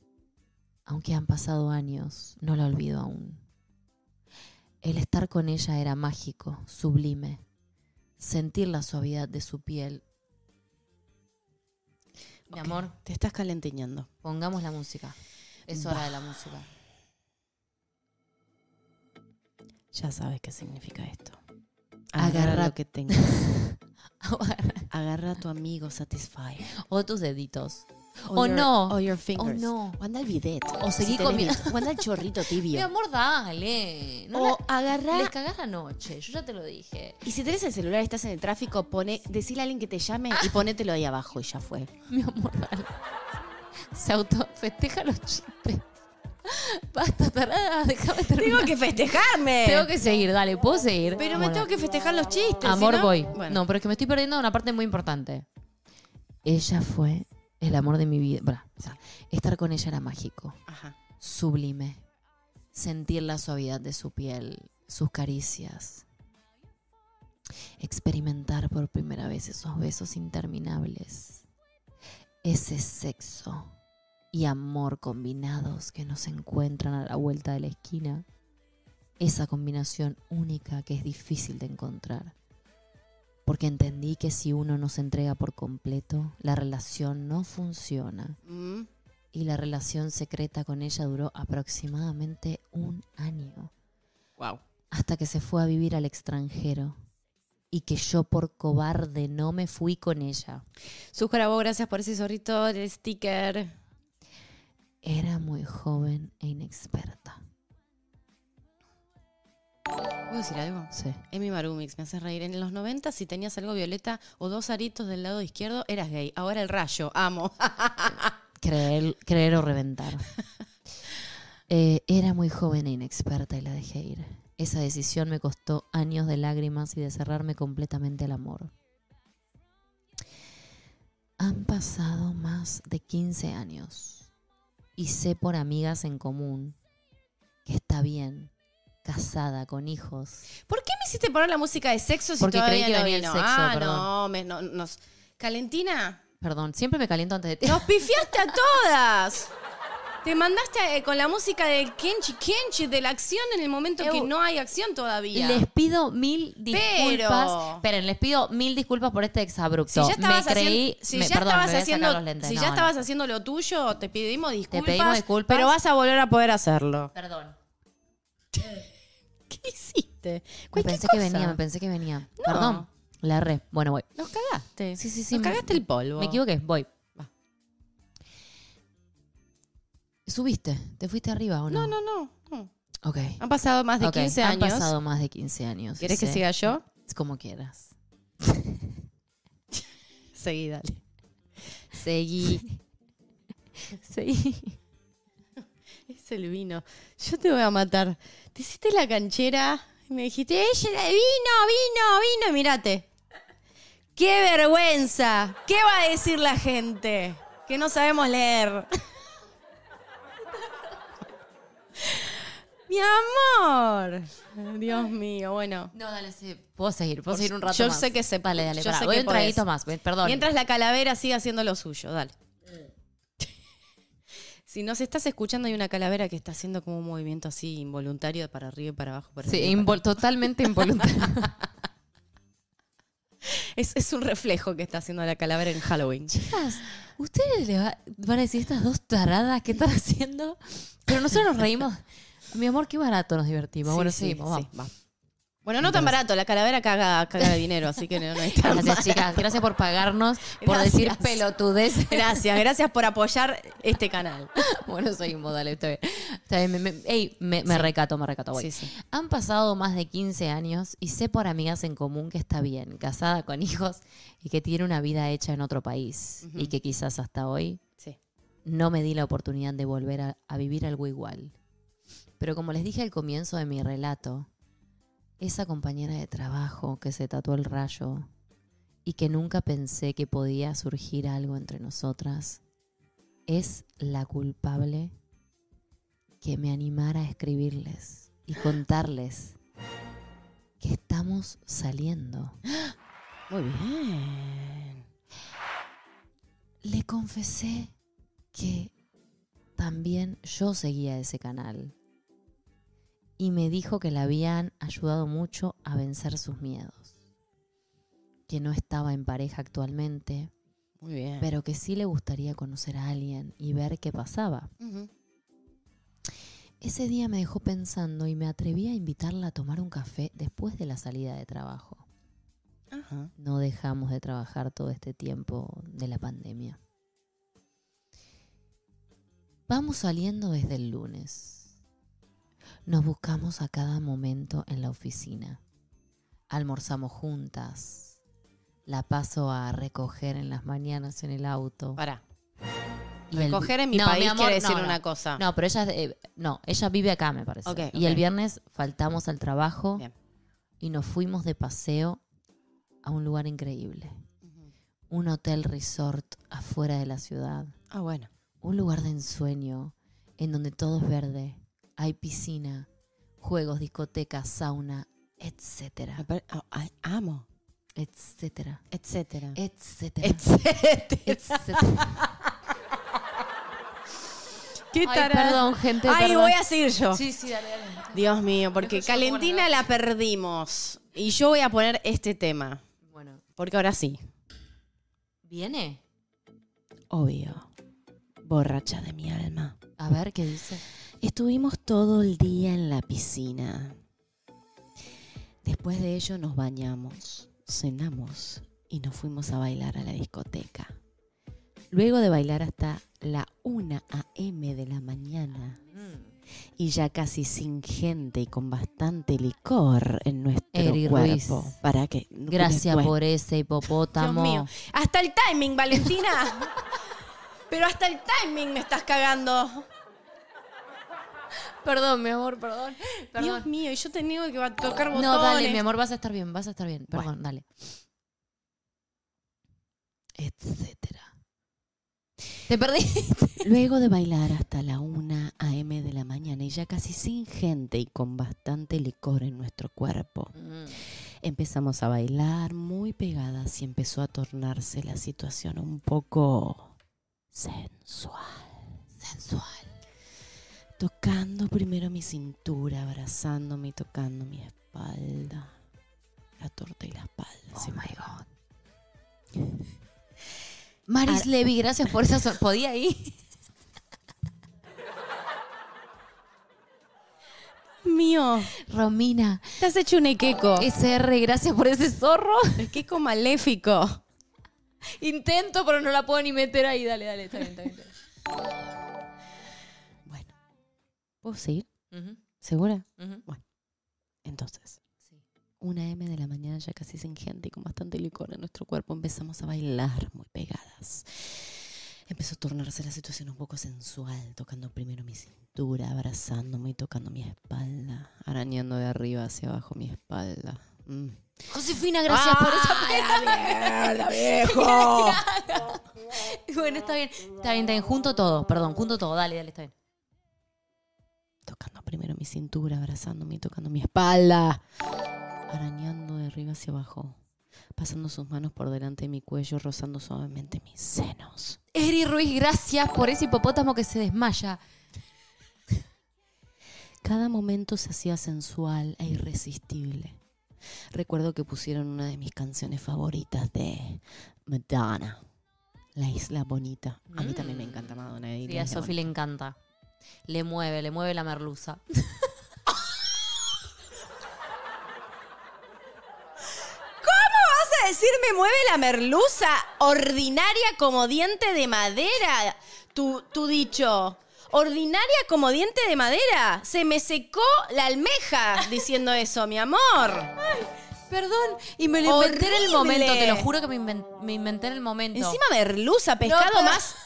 B: aunque han pasado años, no la olvido aún. El estar con ella era mágico, sublime. Sentir la suavidad de su piel. Mi
A: Ok,
B: amor,
A: Te estás calentiñando.
B: pongamos la música. Es hora de la música.
A: Ya sabes qué significa esto.
B: Agarra-
A: Agarra lo que tengas.
B: Ahora,
A: Agarra a tu amigo Satisfy.
B: o tus deditos.
A: O
B: Oh,
A: your-
B: no.
A: O your fingers.
B: no.
C: O anda al bidet.
B: O seguí
C: tenés
B: comiendo.
C: bidet. O anda al chorrito
B: Mi
C: tibio.
B: amor, dale. No
C: O
B: la- les
C: agarrá.
B: cagás la noche, yo ya te lo dije.
C: Y si tenés el celular y estás en el tráfico, pone, decile a alguien que te llame y ponételo ahí abajo y ya fue.
B: Mi amor, dale. Se auto festeja los chistes. Basta, tarada, déjame terminar.
A: Tengo que festejarme.
B: Tengo que seguir, dale, ¿puedo seguir?
A: Pero me
B: Bueno.
A: tengo que festejar los chistes.
B: Amor,
A: si no-
B: voy.
A: Bueno.
B: No, pero es que me estoy perdiendo una parte muy importante. Ella fue el amor de mi vida. Bra, bra. Estar con ella era mágico.
A: Ajá.
B: sublime. Sentir la suavidad de su piel, sus caricias. Experimentar por primera vez esos besos interminables. Ese sexo y amor combinados que nos encuentran a la vuelta de la esquina. Esa combinación única que es difícil de encontrar. Porque entendí que si uno no se entrega por completo, la relación no funciona
A: Mm.
B: y la relación secreta con ella duró aproximadamente un año,
A: Wow.
B: hasta que se fue a vivir al extranjero y que yo por cobarde no me fui con ella.
A: Suscara vos, gracias por ese zorrito el sticker.
B: Era muy joven e inexperta.
A: ¿Puedo decir algo?
B: Sí.
A: Emi Marumix, me hace reír. En los 90, si tenías algo violeta o dos aritos del lado izquierdo, eras gay. Ahora el rayo, amo.
B: Creer, creer o reventar. Eh, era muy joven e inexperta y la dejé ir. Esa decisión me costó años de lágrimas y de cerrarme completamente al amor. Han pasado más de 15 años y sé por amigas en común que está bien, casada, con hijos.
A: ¿Por qué me hiciste poner la música de sexo si
B: Porque creí
A: todavía
B: que
A: no
B: venía el
A: vino?
B: sexo,
A: ah,
B: perdón.
A: no, me- no- nos... Calentina,
B: Perdón, siempre me caliento antes de ti.
A: nos pifiaste a todas. Te mandaste eh, con la música del Kenchi Kenchi, de la acción en el momento
B: Eu-
A: que no hay acción todavía.
B: Les pido mil disculpas.
A: Pero-
B: Esperen, les pido mil disculpas por este
A: Si
B: exabrupto.
A: ya estabas
B: me creí.
A: haciendo, si
B: me-
A: ya
B: perdón,
A: estabas
B: me voy a sacar
A: haciendo,
B: los lentes.
A: si
B: No,
A: ya
B: no.
A: estabas haciendo lo tuyo, te pedimos disculpas,
B: pedimos disculpas.
A: pero vas a volver a poder hacerlo.
B: Perdón.
A: ¿Qué hiciste?
B: Me
A: Cualquier
B: pensé que
A: cosa.
B: venía, me pensé que venía. Perdón. La re. Bueno, voy.
A: Nos cagaste.
B: Sí, sí, sí,
A: Nos
B: me-
A: cagaste el polvo.
B: Me equivoqué, voy.
A: Va.
B: Subiste, te fuiste arriba o no?
A: No, no, no. no.
B: Ok.
A: Han pasado más de
B: ok,
A: 15
B: han
A: años.
B: pasado más de 15 años.
A: ¿Quieres que
B: sí.
A: siga yo?
B: Como quieras.
A: Seguí, dale.
B: Seguí. Seguí.
A: el vino. Yo te voy a matar. Te hiciste la canchera y me dijiste, ella, era de vino, vino, vino, y mirate. ¡Qué vergüenza! ¿Qué va a decir la gente? Que no sabemos leer. Mi amor. Dios mío, bueno.
B: No, dale, sí. Puedo seguir, puedo seguir un rato
A: Yo
B: más.
A: sé que se-
B: Dale, dale,
A: yo
B: pará.
A: sé
B: Voy
A: que
B: un traguito
A: podés.
B: más, ve- perdón.
A: Mientras la calavera sigue haciendo lo suyo, dale.
B: Mm.
A: Si nos estás escuchando, hay una calavera que está haciendo como un movimiento así involuntario de para arriba y para abajo. para
B: Sí,
A: arriba y para
B: invol- totalmente involuntario.
A: abajo. Es, es un reflejo que está haciendo la calavera en Halloween.
B: Chicas, ustedes le va- van a decir estas dos taradas que están haciendo, pero nosotros nos reímos. Mi amor, qué barato nos divertimos.
A: Sí,
B: bueno,
A: sí,
B: seguimos, vamos.
A: sí, va. Bueno, no tan barato, la calavera caga, caga dinero, así que no, no es tan
B: Gracias,
A: barato.
B: chicas. Gracias por pagarnos, por
A: Gracias.
B: decir pelotudeces.
A: Gracias, gracias por apoyar este canal.
B: Bueno, seguimos, dale, está bien. Está bien, me, me- ey, me- me recato, me recato, voy.
A: Sí, sí.
B: Han pasado más de 15 años y sé por amigas en común que está bien, casada con hijos y que tiene una vida hecha en otro país y que quizás hasta hoy
A: Sí.
B: no me di la oportunidad de volver a, a vivir algo igual. Pero como les dije al comienzo de mi relato, esa compañera de trabajo que se tatuó el rayo y que nunca pensé que podía surgir algo entre nosotras, es la culpable que me animara a escribirles y contarles que estamos saliendo.
C: Muy bien.
B: le confesé que también yo seguía ese canal. Y me dijo que le habían ayudado mucho a vencer sus miedos. Que no estaba en pareja actualmente,
C: Muy bien.
B: pero que sí le gustaría conocer a alguien y ver qué pasaba.
A: Ujú.
B: Ese día me dejó pensando y me atreví a invitarla a tomar un café después de la salida de trabajo.
A: Ajá.
B: no dejamos de trabajar todo este tiempo de la pandemia. Vamos saliendo desde el lunes. Nos buscamos a cada momento en la oficina. Almorzamos juntas. La paso a recoger en las mañanas en el auto.
A: Pará.
B: Y el-
A: Recoger en mi
B: No,
A: país
B: amor,
A: quiere decir
B: no, no.
A: una cosa.
B: No, pero ella, es de- eh, no, ella vive acá, me parece.
A: Ok,
B: Y el
A: ok.
B: viernes faltamos al trabajo
A: Bien.
B: y nos fuimos de paseo a un lugar increíble. Un hotel resort afuera de la ciudad.
A: Ah, bueno.
B: Un lugar de ensueño en donde todo es verde. Hay piscina, juegos, discoteca, sauna, etcétera,
A: amo,
B: etcétera,
A: etcétera.
B: etcétera.
A: Etcétera.
B: etcétera.
A: Qué
B: Ay,
A: tarada.
B: perdón, gente.
A: Ay,
B: perdón.
A: voy a seguir yo.
B: Sí, sí, dale, dale.
A: Dios mío, porque
B: Mejor yo pongo
A: Calentina la perdimos. Y yo voy a poner este tema,
B: Bueno,
A: porque ahora sí.
B: ¿viene?
C: Obvio. Borracha de mi alma.
B: A ver qué dice.
C: Estuvimos todo el día en la piscina. Después de ello nos bañamos, cenamos y nos fuimos a bailar a la discoteca. Luego de bailar hasta la 1 a.m. de la mañana
B: Mm.
C: y ya casi sin gente y con bastante licor en nuestro
B: Eri Ruiz.
C: cuerpo. Para que
B: Gracias
C: después-
B: por ese hipopótamo.
A: Dios mío. Hasta el timing, Valentina. Pero hasta el timing me estás cagando.
B: Perdón, mi amor, perdón. Perdón.
A: Dios mío, y yo tenía que va- tocar botones.
B: No, dale, mi amor, vas a estar bien, vas a estar bien.
C: Bueno.
B: Perdón, dale. Etcétera. Te perdí.
C: Luego de bailar hasta la 1 a.m. de la mañana y ya casi sin gente y con bastante licor en nuestro cuerpo,
B: Mm.
C: empezamos a bailar muy pegadas y empezó a tornarse la situación un poco sensual.
B: Sensual.
C: Tocando primero mi cintura, abrazándome y tocando mi espalda. La torta y la espalda.
B: Oh
C: sí.
B: my god. Maris
C: Ar-
B: Levy, gracias por esa. sor- ¿Podía ir?
A: mío.
B: Romina,
A: Te has hecho un equeco.
C: Eh.
B: SR, gracias por ese zorro.
A: Equeco maléfico.
B: Intento, pero no la puedo ni meter ahí. Dale, dale, está bien, está bien. está
C: Bueno. ¿Puedo seguir?
B: bien.
C: ¿Segura?
B: Ujú, ujú.
C: Entonces.
B: Sí.
C: Una M de la mañana ya casi sin gente y con bastante licor en nuestro cuerpo empezamos a bailar muy pegadas.
A: Empezó a tornarse la situación un poco sensual, tocando primero mi cintura, abrazándome y tocando mi espalda, arañando de arriba hacia abajo mi espalda. Mm.
B: Josefina, gracias por esa
A: ¡Mierda, viejo!
B: Bueno, está bien. Está bien, está bien. Junto todo, perdón, junto todo. Dale, dale, está bien.
A: tocando primero mi cintura, abrazándome y tocando mi espalda, arañando de arriba hacia abajo, pasando sus manos por delante de mi cuello, rozando suavemente mis senos.
B: Eri Ruiz, gracias por ese hipopótamo que se desmaya.
A: Cada momento se hacía sensual e irresistible. Recuerdo que pusieron una de mis canciones favoritas de Madonna, La Isla Bonita. A mí también me encanta Madonna. y
B: Mm. Sí,
A: La
B: a
A: Isla
B: Sofi le encanta. Le mueve, le mueve la merluza.
C: vas a decir me mueve la merluza ordinaria como diente de madera? Tu, tu dicho. Ordinaria como diente de madera. Se me secó la almeja diciendo eso, mi amor.
B: Perdón, y me lo inventé en el
C: Horrible.
B: momento, te lo juro que me, inven- me inventé en el momento.
C: Encima merluza, pescado
B: pero-
C: más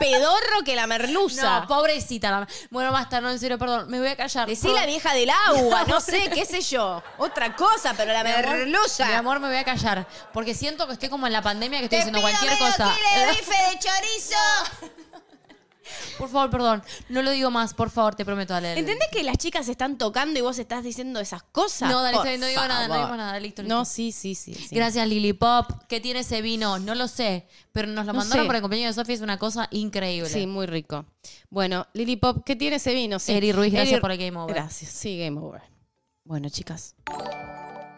C: pedorro que la merluza.
B: no, pobrecita. la- Bueno, basta, no, en serio, perdón, me voy a callar.
C: Decí
B: Perdón.
C: la vieja del agua, no sé, qué sé yo. Otra cosa, pero la
B: Mi amor,
C: merluza.
B: Mi amor, me voy a callar, porque siento que estoy como en la pandemia que estoy
C: Te
B: diciendo
C: pido
B: cualquier
C: medio
B: cosa.
C: kilo de bife de chorizo.
B: Por favor, perdón, no lo digo más, por favor, te prometo, dale. dale.
C: ¿Entendés que las chicas están tocando y vos estás diciendo esas cosas?
B: No, dale,
C: Por
B: está bien, no digo nada, no
C: favor.
B: digo nada, listo, listo.
C: No, sí, sí, sí. sí.
B: Gracias Lily Pop. ¿Qué tiene ese vino? No lo sé, pero nos lo
C: No
B: mandaron
C: sé.
B: por el compañero de Sofía, es una cosa increíble.
C: Sí, muy rico. Bueno, Lily Pop, ¿qué tiene ese vino? Sí.
B: Eri Ruiz, gracias
C: Eri-
B: por el Game Over.
C: Gracias, sí, Game Over.
A: Bueno, chicas,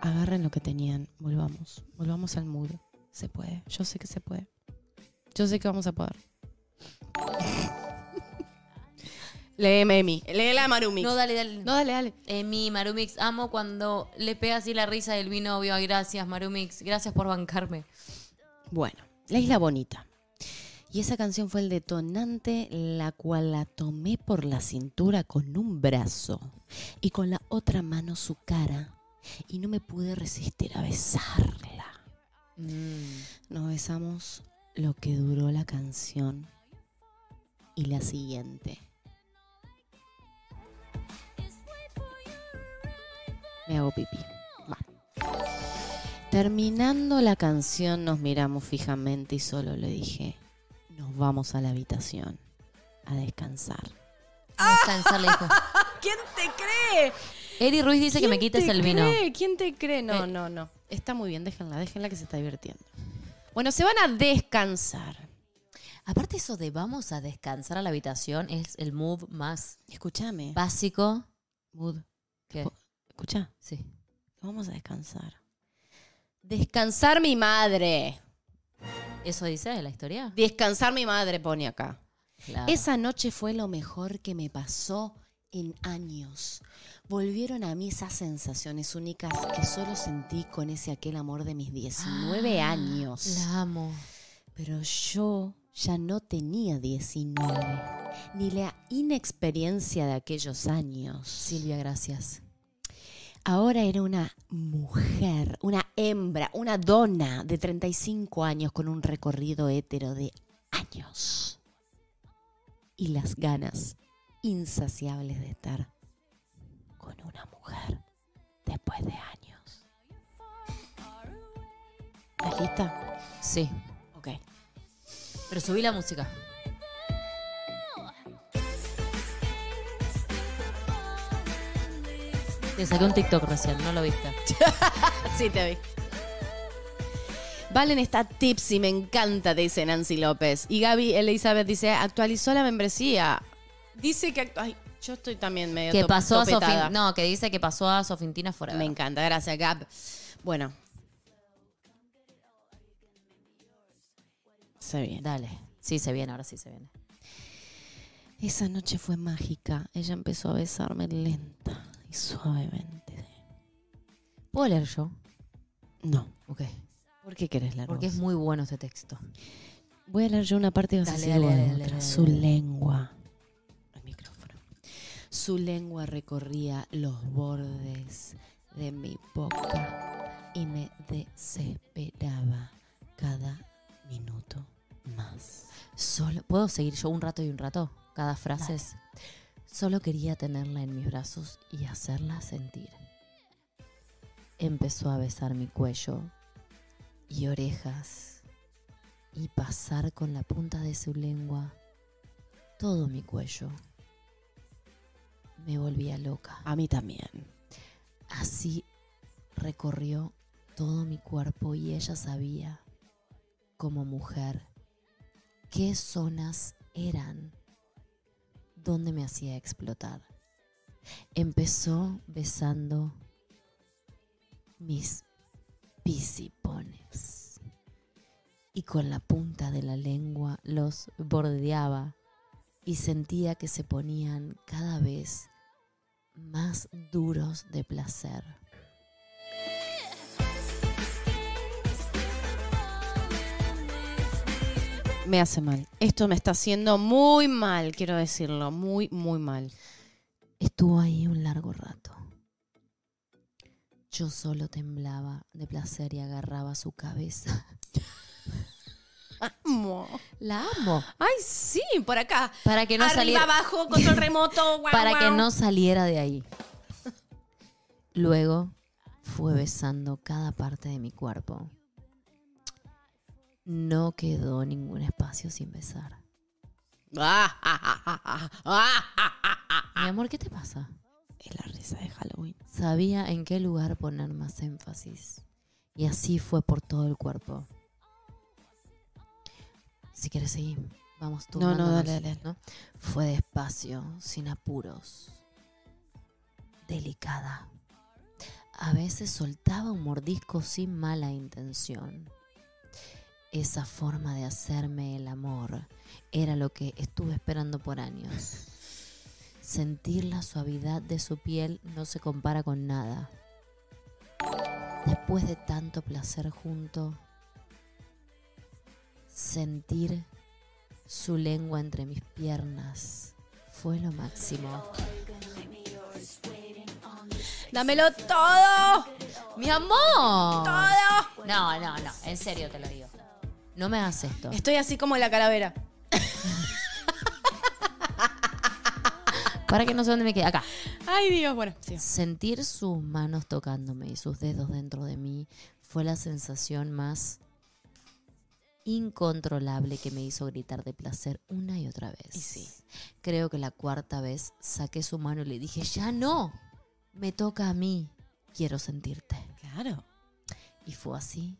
A: agarren lo que tenían, volvamos, volvamos al muro. Se puede, yo sé que se puede.
C: Yo sé que vamos a poder. Lee Memi. Lee la Marumi.
B: No, dale, dale.
C: No, dale, dale.
B: Eh, mi Marumix, amo cuando le pega así la risa del vino obvio. Ay, Gracias, Marumix. Gracias por bancarme.
A: Bueno, La Isla Bonita. Y esa canción fue el detonante, la cual la tomé por la cintura con un brazo y con la otra mano su cara. Y no me pude resistir a besarla.
C: Mm.
A: Nos besamos lo que duró la canción y la siguiente. Me hago pipí. Va. Terminando la canción nos miramos fijamente y solo le dije, nos vamos a la habitación a descansar.
B: Descansar, le dijo.
C: ¿Quién te cree?
B: Eri Ruiz dice que me
C: ¿Quién
B: quites
C: te
B: el vino.
C: cree? ¿Quién te cree? No,
B: Eh.
C: no, no. Está muy bien, déjenla, déjenla que se está divirtiendo. Bueno, se van a descansar.
B: Aparte, eso de vamos a descansar a la habitación es el move más
A: Escúchame,
B: básico.
A: Mood,
B: que-
A: po- escucha,
B: Sí.
A: vamos a descansar.
C: Descansar mi madre.
B: ¿Eso dice de la historia?
C: Descansar mi madre pone acá.
B: Claro.
A: Esa noche fue lo mejor que me pasó en años. Volvieron a mí esas sensaciones únicas que solo sentí con ese aquel amor de mis 19
B: Ah,
A: años.
B: La amo.
A: Pero yo ya no tenía 19, ni la inexperiencia de aquellos años.
B: Silvia, gracias.
A: Ahora era una mujer, una hembra, una dona de 35 años con un recorrido hétero de años. Y las ganas insaciables de estar con una mujer después de años. ¿Estás lista?
B: Sí.
A: Ok.
B: Pero subí la música. Te saqué un TikTok recién, no lo viste.
C: Sí, te vi. Valen está tipsy, me encanta, te dice Nancy López. Y Gaby Elizabeth dice, actualizó la membresía. Dice que... actu- Ay, yo estoy también medio
B: Que
C: top-
B: pasó a
C: topetada.
B: Sofin- No, que dice que pasó a Sofintina Forever.
C: Me encanta, gracias Gab. Bueno. Se viene.
B: Dale. Sí, se viene, ahora sí se viene.
A: Esa noche fue mágica. Ella empezó a besarme lenta y suavemente.
B: ¿Puedo leer yo?
A: No.
B: Ok.
A: ¿Por qué querés la
B: Porque es muy bueno este texto.
A: Voy a leer yo una parte y vas a
B: Dale,
A: decir
B: dale,
A: vos
B: dale,
A: otra.
B: dale,
A: Su
B: dale.
A: lengua. El micrófono. Su lengua recorría los bordes de mi boca y me desesperaba cada minuto más.
B: Solo, ¿Puedo seguir yo un rato y un rato? Cada frase es, Solo quería tenerla en mis brazos y hacerla sentir. Empezó a besar mi cuello y orejas y pasar con la punta de su lengua todo mi cuello. Me volvía loca.
A: A mí también.
B: Así recorrió todo mi cuerpo y ella sabía, como mujer, qué zonas eran donde me hacía explotar. Empezó besando mis pisipones y con la punta de la lengua los bordeaba y sentía que se ponían cada vez más duros de placer.
A: Me hace mal. Esto me está haciendo muy mal, quiero decirlo. Muy, muy mal.
B: Estuvo ahí un largo rato. Yo solo temblaba de placer y agarraba su cabeza.
C: Amo.
B: La amo.
C: Ay, sí, por acá.
B: Para que no
C: Arriba,
B: saliera.
C: abajo, control remoto. guau,
B: para que
C: guau.
B: no saliera de ahí. Luego fue besando cada parte de mi cuerpo. No quedó ningún espacio sin besar.
A: Ah, ah, ah, ah, ah, ah, ah, ah.
B: Mi amor, ¿qué te pasa?
A: Es la risa de Halloween.
B: Sabía en qué lugar poner más énfasis. Y así fue por todo el cuerpo. Si quieres seguir, vamos tú.
A: dale, dale, dale.
B: Fue despacio, sin apuros. Delicada. A veces soltaba un mordisco sin mala intención. Esa forma de hacerme el amor era lo que estuve esperando por años. Sentir la suavidad de su piel no se compara con nada. Después de tanto placer junto, sentir su lengua entre mis piernas fue lo máximo.
C: Dámelo todo.
B: ¡Mi amor!
C: Todo.
B: No, no, no, en serio te lo digo. No me hagas esto.
C: Estoy así como la calavera.
B: Para que no sé dónde me quede. Acá.
C: Ay, Dios. Bueno, sí.
B: Sentir sus manos tocándome y sus dedos dentro de mí fue la sensación más incontrolable que me hizo gritar de placer una y otra vez.
C: Y sí.
B: Creo que la cuarta vez saqué su mano y le dije, ya no, me toca a mí, quiero sentirte.
A: Claro.
B: Y fue así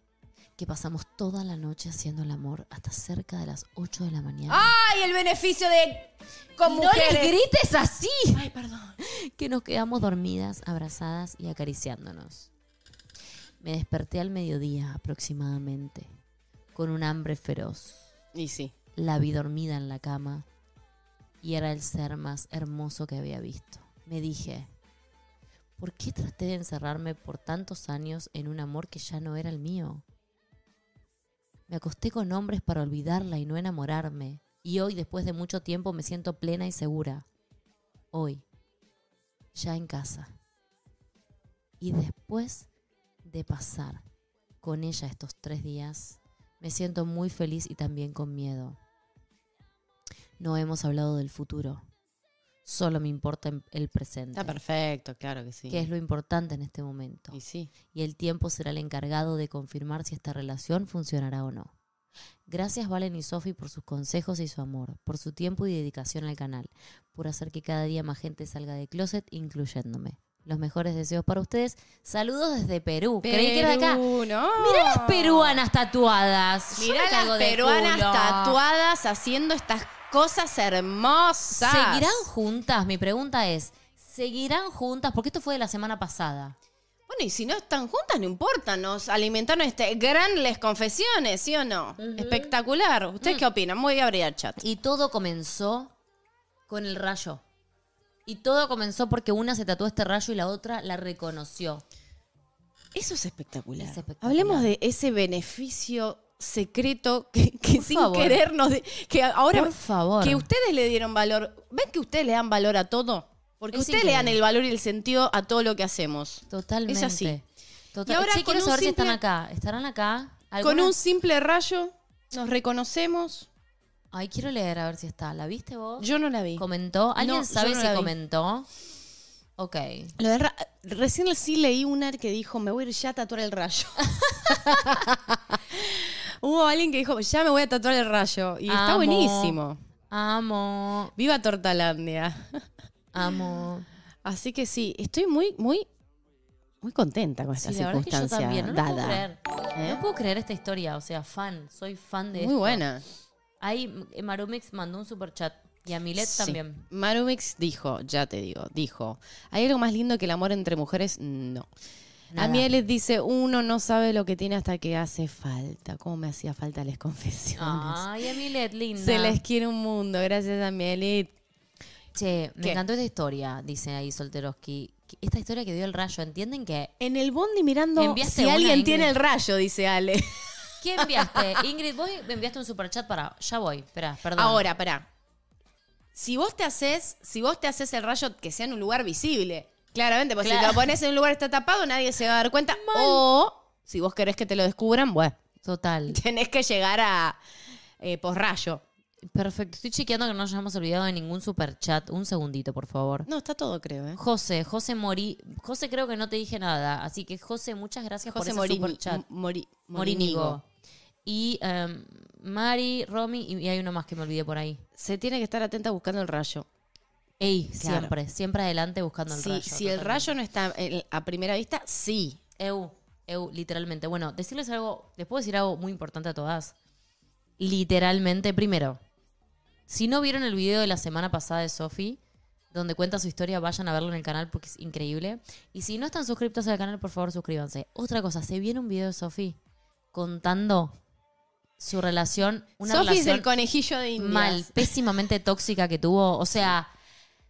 B: que pasamos toda la noche haciendo el amor hasta cerca de las 8 de la mañana.
C: Ay, el beneficio de. Con
B: ¡No
C: ¡Ah, mujeres.
B: les grites así!
C: Ay, perdón.
B: que nos quedamos dormidas, abrazadas y acariciándonos. Me desperté al mediodía aproximadamente, con un hambre feroz.
A: Y sí.
B: La vi dormida en la cama y era el ser más hermoso que había visto. Me dije, ¿por qué traté de encerrarme por tantos años en un amor que ya no era el mío? Me acosté con hombres para olvidarla y no enamorarme, y hoy, después de mucho tiempo, me siento plena y segura. Hoy, ya en casa. Y después de pasar con ella estos tres días, me siento muy feliz y también con miedo. No hemos hablado del futuro. Solo me importa en- el presente,
A: Está perfecto, claro que sí.
B: que es lo importante en este momento.
A: Y sí.
B: Y el tiempo será el encargado de confirmar si esta relación funcionará o no. Gracias Valen y Sofi por sus consejos y su amor, por su tiempo y dedicación al canal, por hacer que cada día más gente salga de closet, incluyéndome. Los mejores deseos para ustedes. Saludos desde Perú. Creí que era de acá.
C: Perú, no.
B: Mirá las peruanas tatuadas. Yo
C: Mirá
B: me
C: las
B: caigo de
C: peruanas
B: culo.
C: tatuadas haciendo estas cosas hermosas.
B: ¿Seguirán juntas? Mi pregunta es, ¿seguirán juntas? Porque esto fue de la semana pasada.
C: Bueno, y si no están juntas, no importa, nos alimentaron este gran les confesiones, ¿sí o no? Espectacular. ¿Ustedes
B: Mm.
C: qué opinan? Voy a abrir el chat.
B: Y todo comenzó con el rayo. Y todo comenzó porque una se tatuó este rayo y la otra la reconoció.
A: Eso es espectacular.
B: Es espectacular.
C: Hablemos de ese beneficio secreto que, que sin
B: favor.
C: querer nos... di- que ahora...
B: Por favor.
C: Que ustedes le dieron valor. ¿Ven que ustedes le dan valor a todo? Porque
B: Es
C: ustedes le dan
B: increíble.
C: el valor y el sentido a todo lo que hacemos.
B: Totalmente.
C: Es así.
B: Total-
C: Y ahora
B: Che,
C: con
B: quiero
C: un
B: saber si
C: simple-
B: están acá. ¿Estarán acá?
C: Con
B: ¿Alguna?
C: un simple rayo nos reconocemos.
B: Ay, quiero leer a ver si está. ¿La viste vos?
A: Yo no la vi.
B: ¿Comentó? ¿Alguien
A: No,
B: sabe
A: yo no
B: si
A: la vi.
B: comentó? Ok.
A: Lo de ra- recién sí leí una que dijo, me voy a ir ya a tatuar el rayo. Hubo alguien que dijo, ya me voy a tatuar el rayo. Y está
B: Amo.
A: buenísimo.
B: Amo,
A: Viva Tortalandia.
B: amo.
A: Así que sí, estoy muy, muy, muy contenta con esta
B: Sí, la verdad es que yo
A: circunstancia
B: también. No lo puedo
A: dada.
B: creer.
C: ¿Eh?
B: No puedo creer esta historia. O sea, fan. Soy fan de
A: muy
B: esto.
A: buena.
B: Ahí eh, Marumix mandó un superchat. Y a Milet
A: Sí.
B: también.
A: Marumix dijo, ya te digo, dijo, ¿hay algo más lindo que el amor entre mujeres? No.
B: Nada.
A: A mí les dice, uno no sabe lo que tiene hasta que hace falta. ¿Cómo me hacía falta las confesiones?
B: Ay, a Milet, linda.
A: Se les quiere un mundo, gracias a Mielit.
B: Che, me
A: ¿Qué?
B: encantó esta historia, dice ahí Solteroski. Esta historia que dio el rayo, ¿entienden que
A: En el bondi mirando
B: Enviaste
A: si
B: una,
A: alguien
B: Ingrid.
A: tiene el rayo, dice Ale.
B: ¿Qué enviaste? Ingrid, vos me enviaste un superchat para. Ya voy, espera, perdón.
A: Ahora, pará. Si vos te haces, si vos te haces el rayo que sea en un lugar visible, claramente, porque si
B: Claro.
A: lo pones en un lugar que está tapado, nadie se va a dar cuenta. O si vos querés que te lo descubran, bueno,
B: Total.
A: tenés que llegar a eh, rayo.
B: Perfecto. Estoy chequeando que no nos hayamos olvidado de ningún superchat. Un segundito, por favor.
A: No, está todo, creo, ¿eh?
B: José, José Morí. José, creo que no te dije nada. Así que, José, muchas gracias
A: José
B: por ese
A: Morini-
B: superchat.
A: M- Mori-
B: Morinigo.
A: Morinigo.
B: Y em, Mari, Romy, y, y hay uno más que me olvidé por ahí.
A: Se tiene que estar atenta buscando el rayo.
B: Ey,
A: Claro.
B: siempre, siempre adelante buscando el
A: si
B: rayo.
A: si el
B: totalmente.
A: rayo no está eh, a primera vista, sí.
B: Eu, eu, literalmente. Bueno, decirles algo, les puedo decir algo muy importante a todas. Literalmente, primero, si no vieron el video de la semana pasada de Sofi, donde cuenta su historia, vayan a verlo en el canal porque es increíble. Y si no están suscriptos al canal, por favor, suscríbanse. Otra cosa, se viene un video de Sofi contando su relación, una
A: Sofi es
B: relación
A: el conejillo de indias.
B: mal, pésimamente tóxica que tuvo. O sea,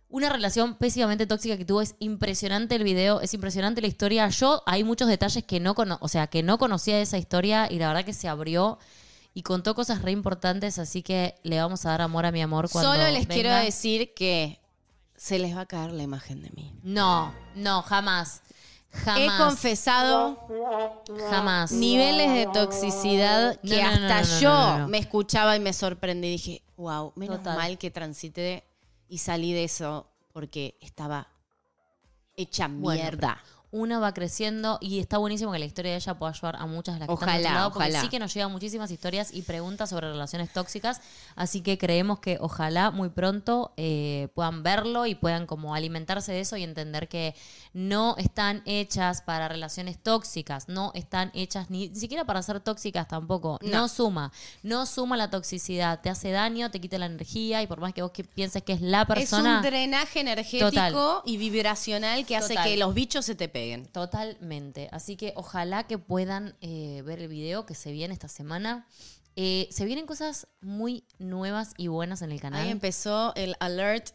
B: una relación pésimamente tóxica que tuvo. Es impresionante el video, es impresionante la historia. Yo hay muchos detalles que no, cono o sea, que no conocía de esa historia y la verdad que se abrió y contó cosas re importantes. Así que le vamos a dar amor a mi amor cuando
A: Solo les
B: venga.
A: quiero decir que se les va a caer la imagen de mí.
B: No, no, jamás.
A: He
B: Jamás.
A: confesado
B: jamás.
A: niveles de toxicidad
B: No,
A: que
B: no, no,
A: hasta
B: no, no,
A: yo
B: no, no.
A: me escuchaba y me sorprendí. Dije, wow, menos
B: Total.
A: mal que transité y salí de eso porque estaba hecha
B: Bueno,
A: mierda.
B: Una va creciendo y está buenísimo que la historia de ella pueda ayudar a muchas de las que están
A: Ojalá,
B: del otro lado, porque
A: ojalá.
B: sí que nos llegan muchísimas historias y preguntas sobre relaciones tóxicas, así que creemos que ojalá muy pronto eh, puedan verlo y puedan como alimentarse de eso y entender que no están hechas para relaciones tóxicas, no están hechas ni, ni siquiera para ser tóxicas tampoco, no. suma, no suma la toxicidad, te hace daño, te quita la energía y por más que vos que pienses que es la persona...
A: es un drenaje energético
B: Ah. Total.
A: y vibracional que hace
B: Total.
A: que los bichos se te peguen.
B: Totalmente. Así que ojalá que puedan eh, ver el video que se viene esta semana. Eh, se vienen cosas muy nuevas y buenas en el
A: Ahí
B: canal.
A: empezó el alert.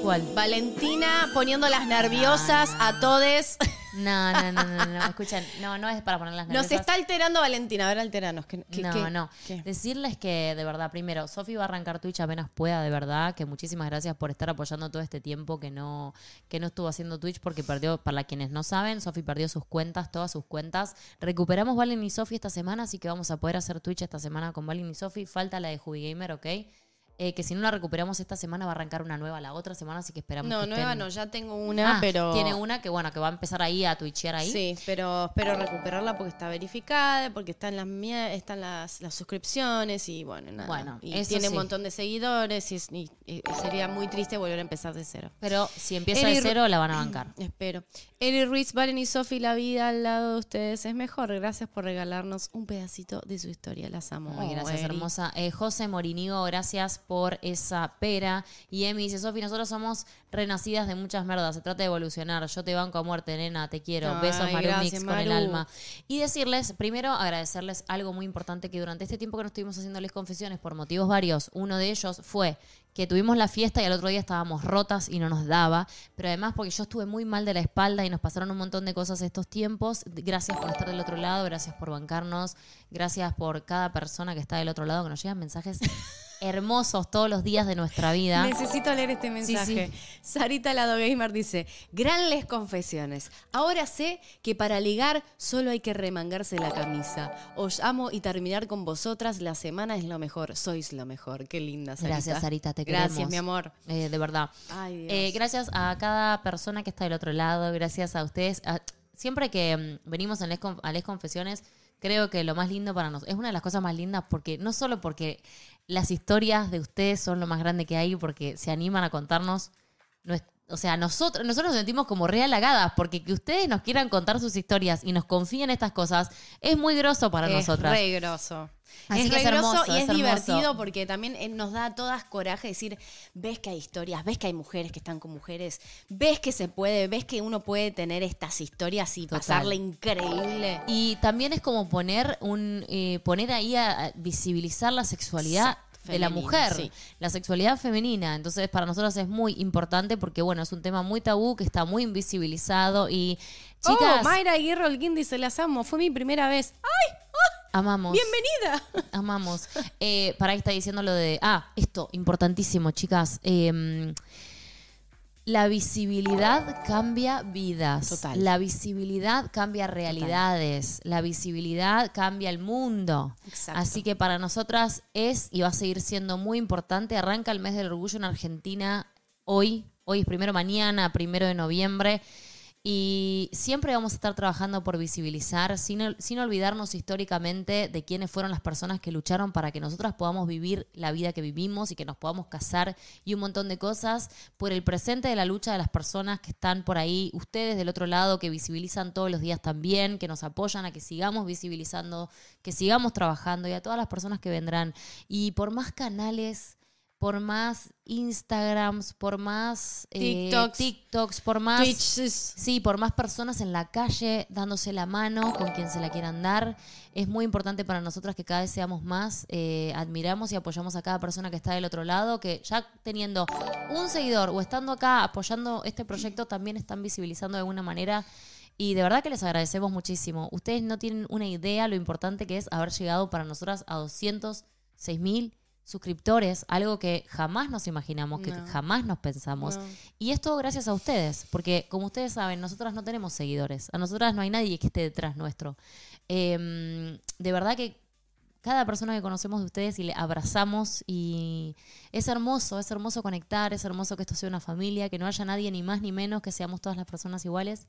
B: ¿Cuál?
A: Valentina poniéndolas nerviosas a todes.
B: No, no, no, no, no. Escuchen, no, no es para poner las
A: Nos
B: nerviosas.
A: está alterando Valentina. A ver, alteranos. ¿Qué- qué-
B: no,
A: qué-
B: no.
A: qué?
B: Decirles que, de verdad, primero, Sofi va a arrancar Twitch apenas pueda, de verdad, que muchísimas gracias por estar apoyando todo este tiempo que no, que no estuvo haciendo Twitch porque perdió, para quienes no saben, Sofi perdió sus cuentas, todas sus cuentas. Recuperamos Valen y Sofi esta semana, así que vamos a poder hacer Twitch esta semana con Valen y Sofi. Falta la de Jubigamer, ¿ok? Eh, que si no la recuperamos esta semana va a arrancar una nueva la otra semana, así que esperamos
A: No,
B: que
A: nueva
B: estén-
A: no. Ya tengo una,
B: Este Ah,
A: pero...
B: Tiene una que, bueno, que va a empezar ahí a twitchear ahí.
A: Sí, pero espero recuperarla porque está verificada, porque están las mie- están las, las suscripciones y bueno, nada.
B: Bueno,
A: y
B: eso
A: tiene un
B: sí.
A: montón de seguidores y, es- y- y sería muy triste volver a empezar de cero.
B: Pero si empieza
A: Eri
B: de
A: Ru-
B: cero, la van a bancar.
A: Espero. Eri Ruiz, Valen y Sofi, la vida al lado de ustedes es mejor. Gracias por regalarnos un pedacito de su historia. Las amo.
B: Muy
A: Oh,
B: gracias,
A: Eri.
B: hermosa. Eh, José Morinigo, gracias por esa pera. Y Emi dice, Sofi, nosotros somos renacidas de muchas merdas. Se trata de evolucionar. Yo te banco a muerte, nena. Te quiero.
A: Ay,
B: Besos, Marumix,
A: gracias,
B: con el
A: Maru.
B: alma. Y decirles, primero, agradecerles algo muy importante que durante este tiempo que no estuvimos haciéndoles confesiones por motivos varios, uno de ellos fue que tuvimos la fiesta y al otro día estábamos rotas y no nos daba, pero además porque yo estuve muy mal de la espalda y nos pasaron un montón de cosas estos tiempos. Gracias por estar del otro lado, gracias por bancarnos, gracias por cada persona que está del otro lado, que nos llegan mensajes hermosos todos los días de nuestra vida.
A: Necesito leer este mensaje. Sarita Lado Gamer dice: Grandes confesiones. Ahora sé que para ligar solo hay que remangarse la camisa. Os amo y terminar con vosotras la semana es lo mejor. Sois lo mejor. Qué linda, Sarita.
B: Gracias, Sarita, te
A: Gracias,
B: queremos.
A: mi amor.
B: Eh, de verdad.
A: Ay, Dios.
B: Eh, gracias a cada persona que está del otro lado, gracias a ustedes. A- siempre que mm, venimos en Les Conf- a Les Confesiones, creo que lo más lindo para nosotros, es una de las cosas más lindas porque no solo porque las historias de ustedes son lo más grande que hay, porque se animan a contarnos, nues- o sea, nosotros, nosotros nos sentimos como re halagadas porque que ustedes nos quieran contar sus historias y nos confíen estas cosas es muy groso para
A: es
B: nosotras.
A: re groso.
B: Así
A: es
B: que
A: re
B: es
A: groso
B: hermoso,
A: y
B: es
A: es,
B: hermoso.
A: divertido porque también eh, nos da a todas coraje decir, ves que hay historias, ves que hay mujeres que están con mujeres, ves que se puede, ves que uno puede tener estas historias y
B: Total.
A: pasarla increíble.
B: Y también es como poner un eh, poner ahí a, a visibilizar la sexualidad
A: Exacto,
B: de la
A: femenina,
B: mujer,
A: sí.
B: la sexualidad femenina. Entonces, para nosotros es muy importante porque bueno, es un tema muy tabú que está muy invisibilizado y chicas,
A: Oh, Mayra Aguirre Holguín dice, las amo, fue mi primera vez. ¡Ay! ah,
B: amamos.
A: ¡Bienvenida!
B: Amamos. Eh, para que está diciendo lo de. Ah, esto, importantísimo, chicas. Eh, la visibilidad cambia vidas.
A: Total.
B: La visibilidad cambia realidades. La visibilidad cambia el mundo.
A: Exacto.
B: Así que para nosotras es y va a seguir siendo muy importante. Arranca el mes del orgullo en Argentina hoy. Hoy es primero mañana, primero de noviembre. Y siempre vamos a estar trabajando por visibilizar, sin, ol- sin olvidarnos históricamente de quiénes fueron las personas que lucharon para que nosotras podamos vivir la vida que vivimos y que nos podamos casar y un montón de cosas, por el presente de la lucha de las personas que están por ahí, ustedes del otro lado, que visibilizan todos los días también, que nos apoyan a que sigamos visibilizando, que sigamos trabajando y a todas las personas que vendrán. Y por más canales... Por más Instagrams, por más eh,
A: TikToks.
B: TikToks, por más
A: Twitch es-
B: Sí, por más personas en la calle dándose la mano con quien se la quieran dar. Es muy importante para nosotras que cada vez seamos más. eh, admiramos y apoyamos a cada persona que está del otro lado, que ya teniendo un seguidor o estando acá apoyando este proyecto, también están visibilizando de alguna manera. Y de verdad que les agradecemos muchísimo. Ustedes no tienen una idea lo importante que es haber llegado para nosotras a 206 mil suscriptores, algo que jamás nos imaginamos, que
A: No.
B: jamás nos pensamos.
A: No.
B: Y es todo gracias a ustedes, porque como ustedes saben, nosotras no tenemos seguidores, a nosotras no hay nadie que esté detrás nuestro. Eh, de verdad que cada persona que conocemos de ustedes y le abrazamos y es hermoso, es hermoso conectar, es hermoso que esto sea una familia, que no haya nadie ni más ni menos, que seamos todas las personas iguales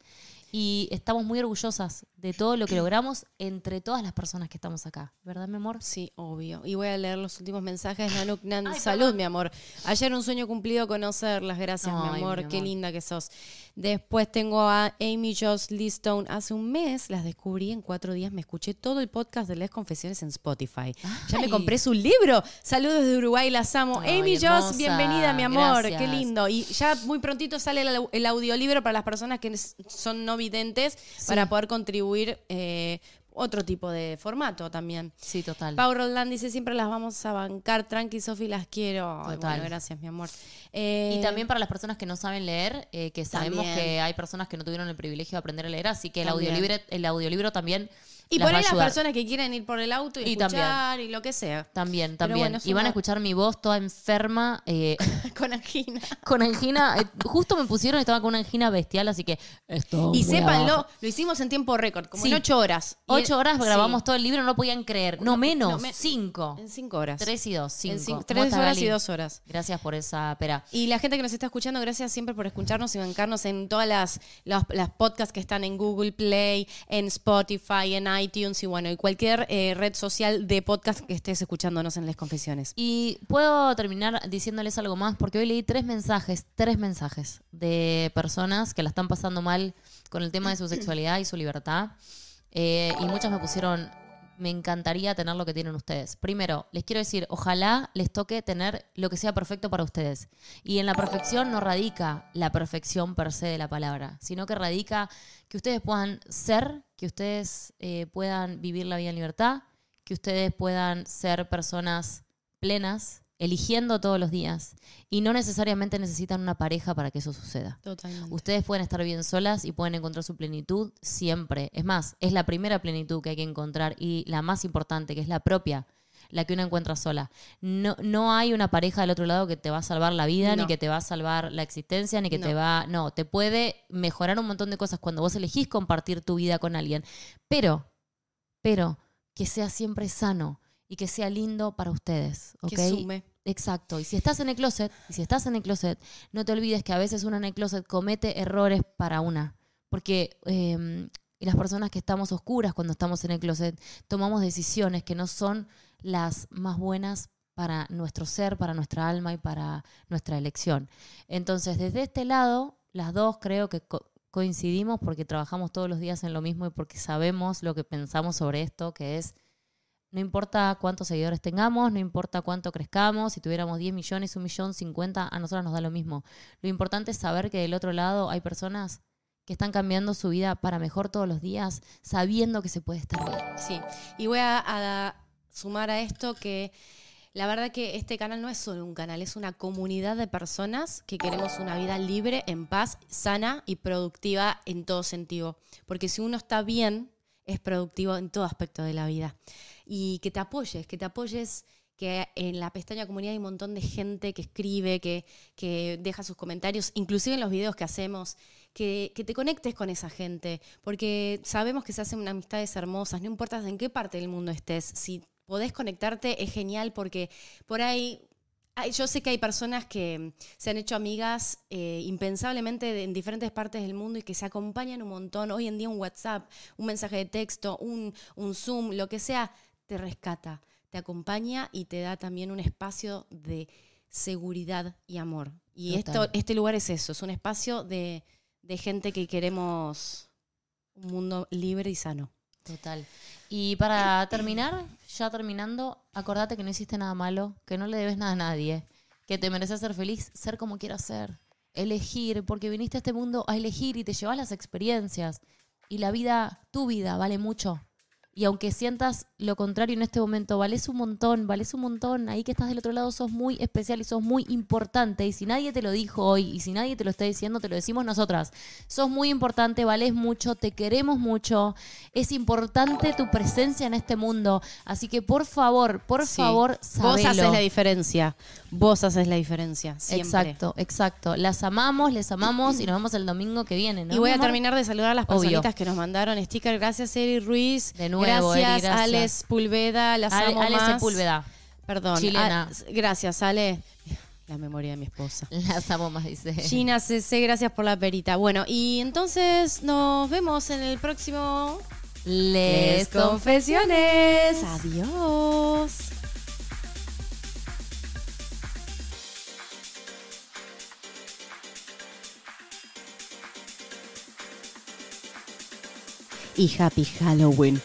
B: y estamos muy orgullosas de todo lo que logramos entre todas las personas que estamos acá, ¿verdad, mi amor?
A: Sí, obvio. Y voy a leer los últimos mensajes. Nanuk Nan, salud, mi amor. Ayer un sueño cumplido conocerlas. Gracias, mi,
B: Ay,
A: amor.
B: mi amor.
A: Qué linda que sos. Después tengo a Amy Joss Lee Stone. Hace un mes las descubrí en cuatro días. Me escuché todo el podcast de Les Confesiones en Spotify. Ya me
B: Ay.
A: compré su libro. Saludos de Uruguay, las amo.
B: Ay,
A: Amy
B: hermosa.
A: Joss, bienvenida, mi amor.
B: Gracias.
A: Qué lindo. Y ya muy prontito sale el, au- el audiolibro para las personas que es- son no videntes para poder contribuir eh, otro tipo de formato también.
B: Sí, total.
A: Pau Roldán dice, siempre las vamos a bancar. Tranqui, Sofi, las quiero. Ay,
B: Total.
A: bueno, gracias, mi amor. Eh,
B: Y también para las personas que no saben leer, eh, que sabemos
A: También.
B: que hay personas que no tuvieron el privilegio de aprender a leer, así que el
A: También.
B: audiolibro, el audiolibro también.
A: y
B: las
A: por
B: va a
A: ahí las
B: ayudar.
A: personas que quieren ir por el auto y,
B: Y también.
A: escuchar y lo que sea.
B: También,
A: Pero
B: también.
A: bueno, es
B: y van
A: una-
B: a escuchar mi voz toda enferma. eh,
A: Con angina.
B: con angina. eh, justo me pusieron, estaba con una angina bestial, así que. esto
A: Y
B: muy abajo.
A: sépanlo, lo hicimos en tiempo récord, como
B: Sí.
A: en ocho horas. Y-
B: Ocho horas
A: sí,
B: grabamos todo el libro, no lo podían creer. No menos,
A: me-
B: cinco.
A: En cinco horas.
B: Tres y dos, cinco.
A: En cinco-
B: ¿Cómo
A: tres
B: estás,
A: horas
B: Gali?
A: y dos horas.
B: Gracias por esa pera.
A: Y la gente que nos está escuchando, gracias siempre por escucharnos y bancarnos en todas las, las, las podcasts que están en Google Play, en Spotify, en iTunes y bueno, y cualquier eh, red social de podcast que estés escuchándonos en Les Confesiones.
B: Y puedo terminar diciéndoles algo más, porque hoy leí tres mensajes, tres mensajes de personas que la están pasando mal con el tema de su sexualidad y su libertad. Eh, y muchas me pusieron, me encantaría tener lo que tienen ustedes. Primero, les quiero decir, ojalá les toque tener lo que sea perfecto para ustedes. Y en la perfección no radica la perfección per se de la palabra, sino que radica que ustedes puedan ser, que ustedes eh, puedan vivir la vida en libertad, que ustedes puedan ser personas plenas, eligiendo todos los días. Y no necesariamente necesitan una pareja para que eso suceda.
A: Totalmente.
B: Ustedes pueden estar bien solas y pueden encontrar su plenitud siempre. Es más, es la primera plenitud que hay que encontrar y la más importante, que es la propia. la que una encuentra sola. No, no hay una pareja del otro lado que te va a salvar la vida,
A: No.
B: ni que te va a salvar la existencia, ni que te
A: No.
B: va. No, te puede mejorar un montón de cosas cuando vos elegís compartir tu vida con alguien. Pero, pero, que sea siempre sano y que sea lindo para ustedes. ¿ok?
A: Que sume.
B: Exacto. Y si estás en el closet, y si estás en el closet, no te olvides que a veces una en el closet comete errores para una. Porque eh, y las personas que estamos oscuras cuando estamos en el closet tomamos decisiones que no son las más buenas para nuestro ser, para nuestra alma y para nuestra elección. Entonces, desde este lado, las dos creo que co- coincidimos porque trabajamos todos los días en lo mismo y porque sabemos lo que pensamos sobre esto, que es no importa cuántos seguidores tengamos, no importa cuánto crezcamos, si tuviéramos 10 millones, un millón, 50, a nosotros nos da lo mismo. Lo importante es saber que del otro lado hay personas que están cambiando su vida para mejor todos los días, sabiendo que se puede estar bien.
A: Sí, y voy a, a sumar a esto que la verdad que este canal no es solo un canal, es una comunidad de personas que queremos una vida libre, en paz, sana y productiva en todo sentido. Porque si uno está bien, es productivo en todo aspecto de la vida. Y que te apoyes, que te apoyes que en la pestaña comunidad hay un montón de gente que escribe, que, que deja sus comentarios, inclusive en los videos que hacemos, que, que te conectes con esa gente, porque sabemos que se hacen unas amistades hermosas, no importa en qué parte del mundo estés, si podés conectarte es genial porque por ahí... hay- Yo sé que hay personas que mm, se han hecho amigas eh, impensablemente de- en diferentes partes del mundo y que se acompañan un montón. Hoy en día un WhatsApp, un mensaje de texto, un, un Zoom, lo que sea, te rescata, te acompaña y te da también un espacio de seguridad y amor. Y
B: Total.
A: esto, este lugar es eso, es un espacio de, de gente que queremos un mundo libre y sano.
B: Total. Y para terminar, ya terminando, acordate que no hiciste nada malo, que no le debes nada a nadie, que te mereces ser feliz, ser como quieras ser, elegir, porque viniste a este mundo a elegir y te llevas las experiencias. Y la vida, tu vida, vale mucho. Y aunque sientas lo contrario en este momento, vales un montón, vales un montón. Ahí que estás del otro lado sos muy especial y sos muy importante. Y si nadie te lo dijo hoy y si nadie te lo está diciendo, te lo decimos nosotras. Sos muy importante, vales mucho, te queremos mucho. Es importante tu presencia en este mundo. Así que por favor, por
A: Sí.
B: favor, sabelo.
A: Vos haces la diferencia. Vos haces la diferencia. Siempre.
B: Exacto, exacto. Las amamos, les amamos y nos vemos el domingo que viene. ¿no,
A: y voy
B: mi
A: a
B: amor?
A: terminar de saludar a las
B: Obvio.
A: personitas que nos mandaron sticker. Gracias, Eri Ruiz.
B: De nuevo, Eri,
A: gracias,
B: gracias.
A: Alex Pulveda. Las
B: Ale,
A: amo
B: Ale
A: más.
B: Sepúlveda.
A: Perdón.
B: Chilena.
A: Ah, gracias, Ale. La memoria de mi esposa.
B: Las amo más, dice.
A: Gina CC, gracias por la perita. Bueno, y entonces nos vemos en el próximo
B: Les confío.
A: Confesiones. Adiós.
C: Y Happy Halloween.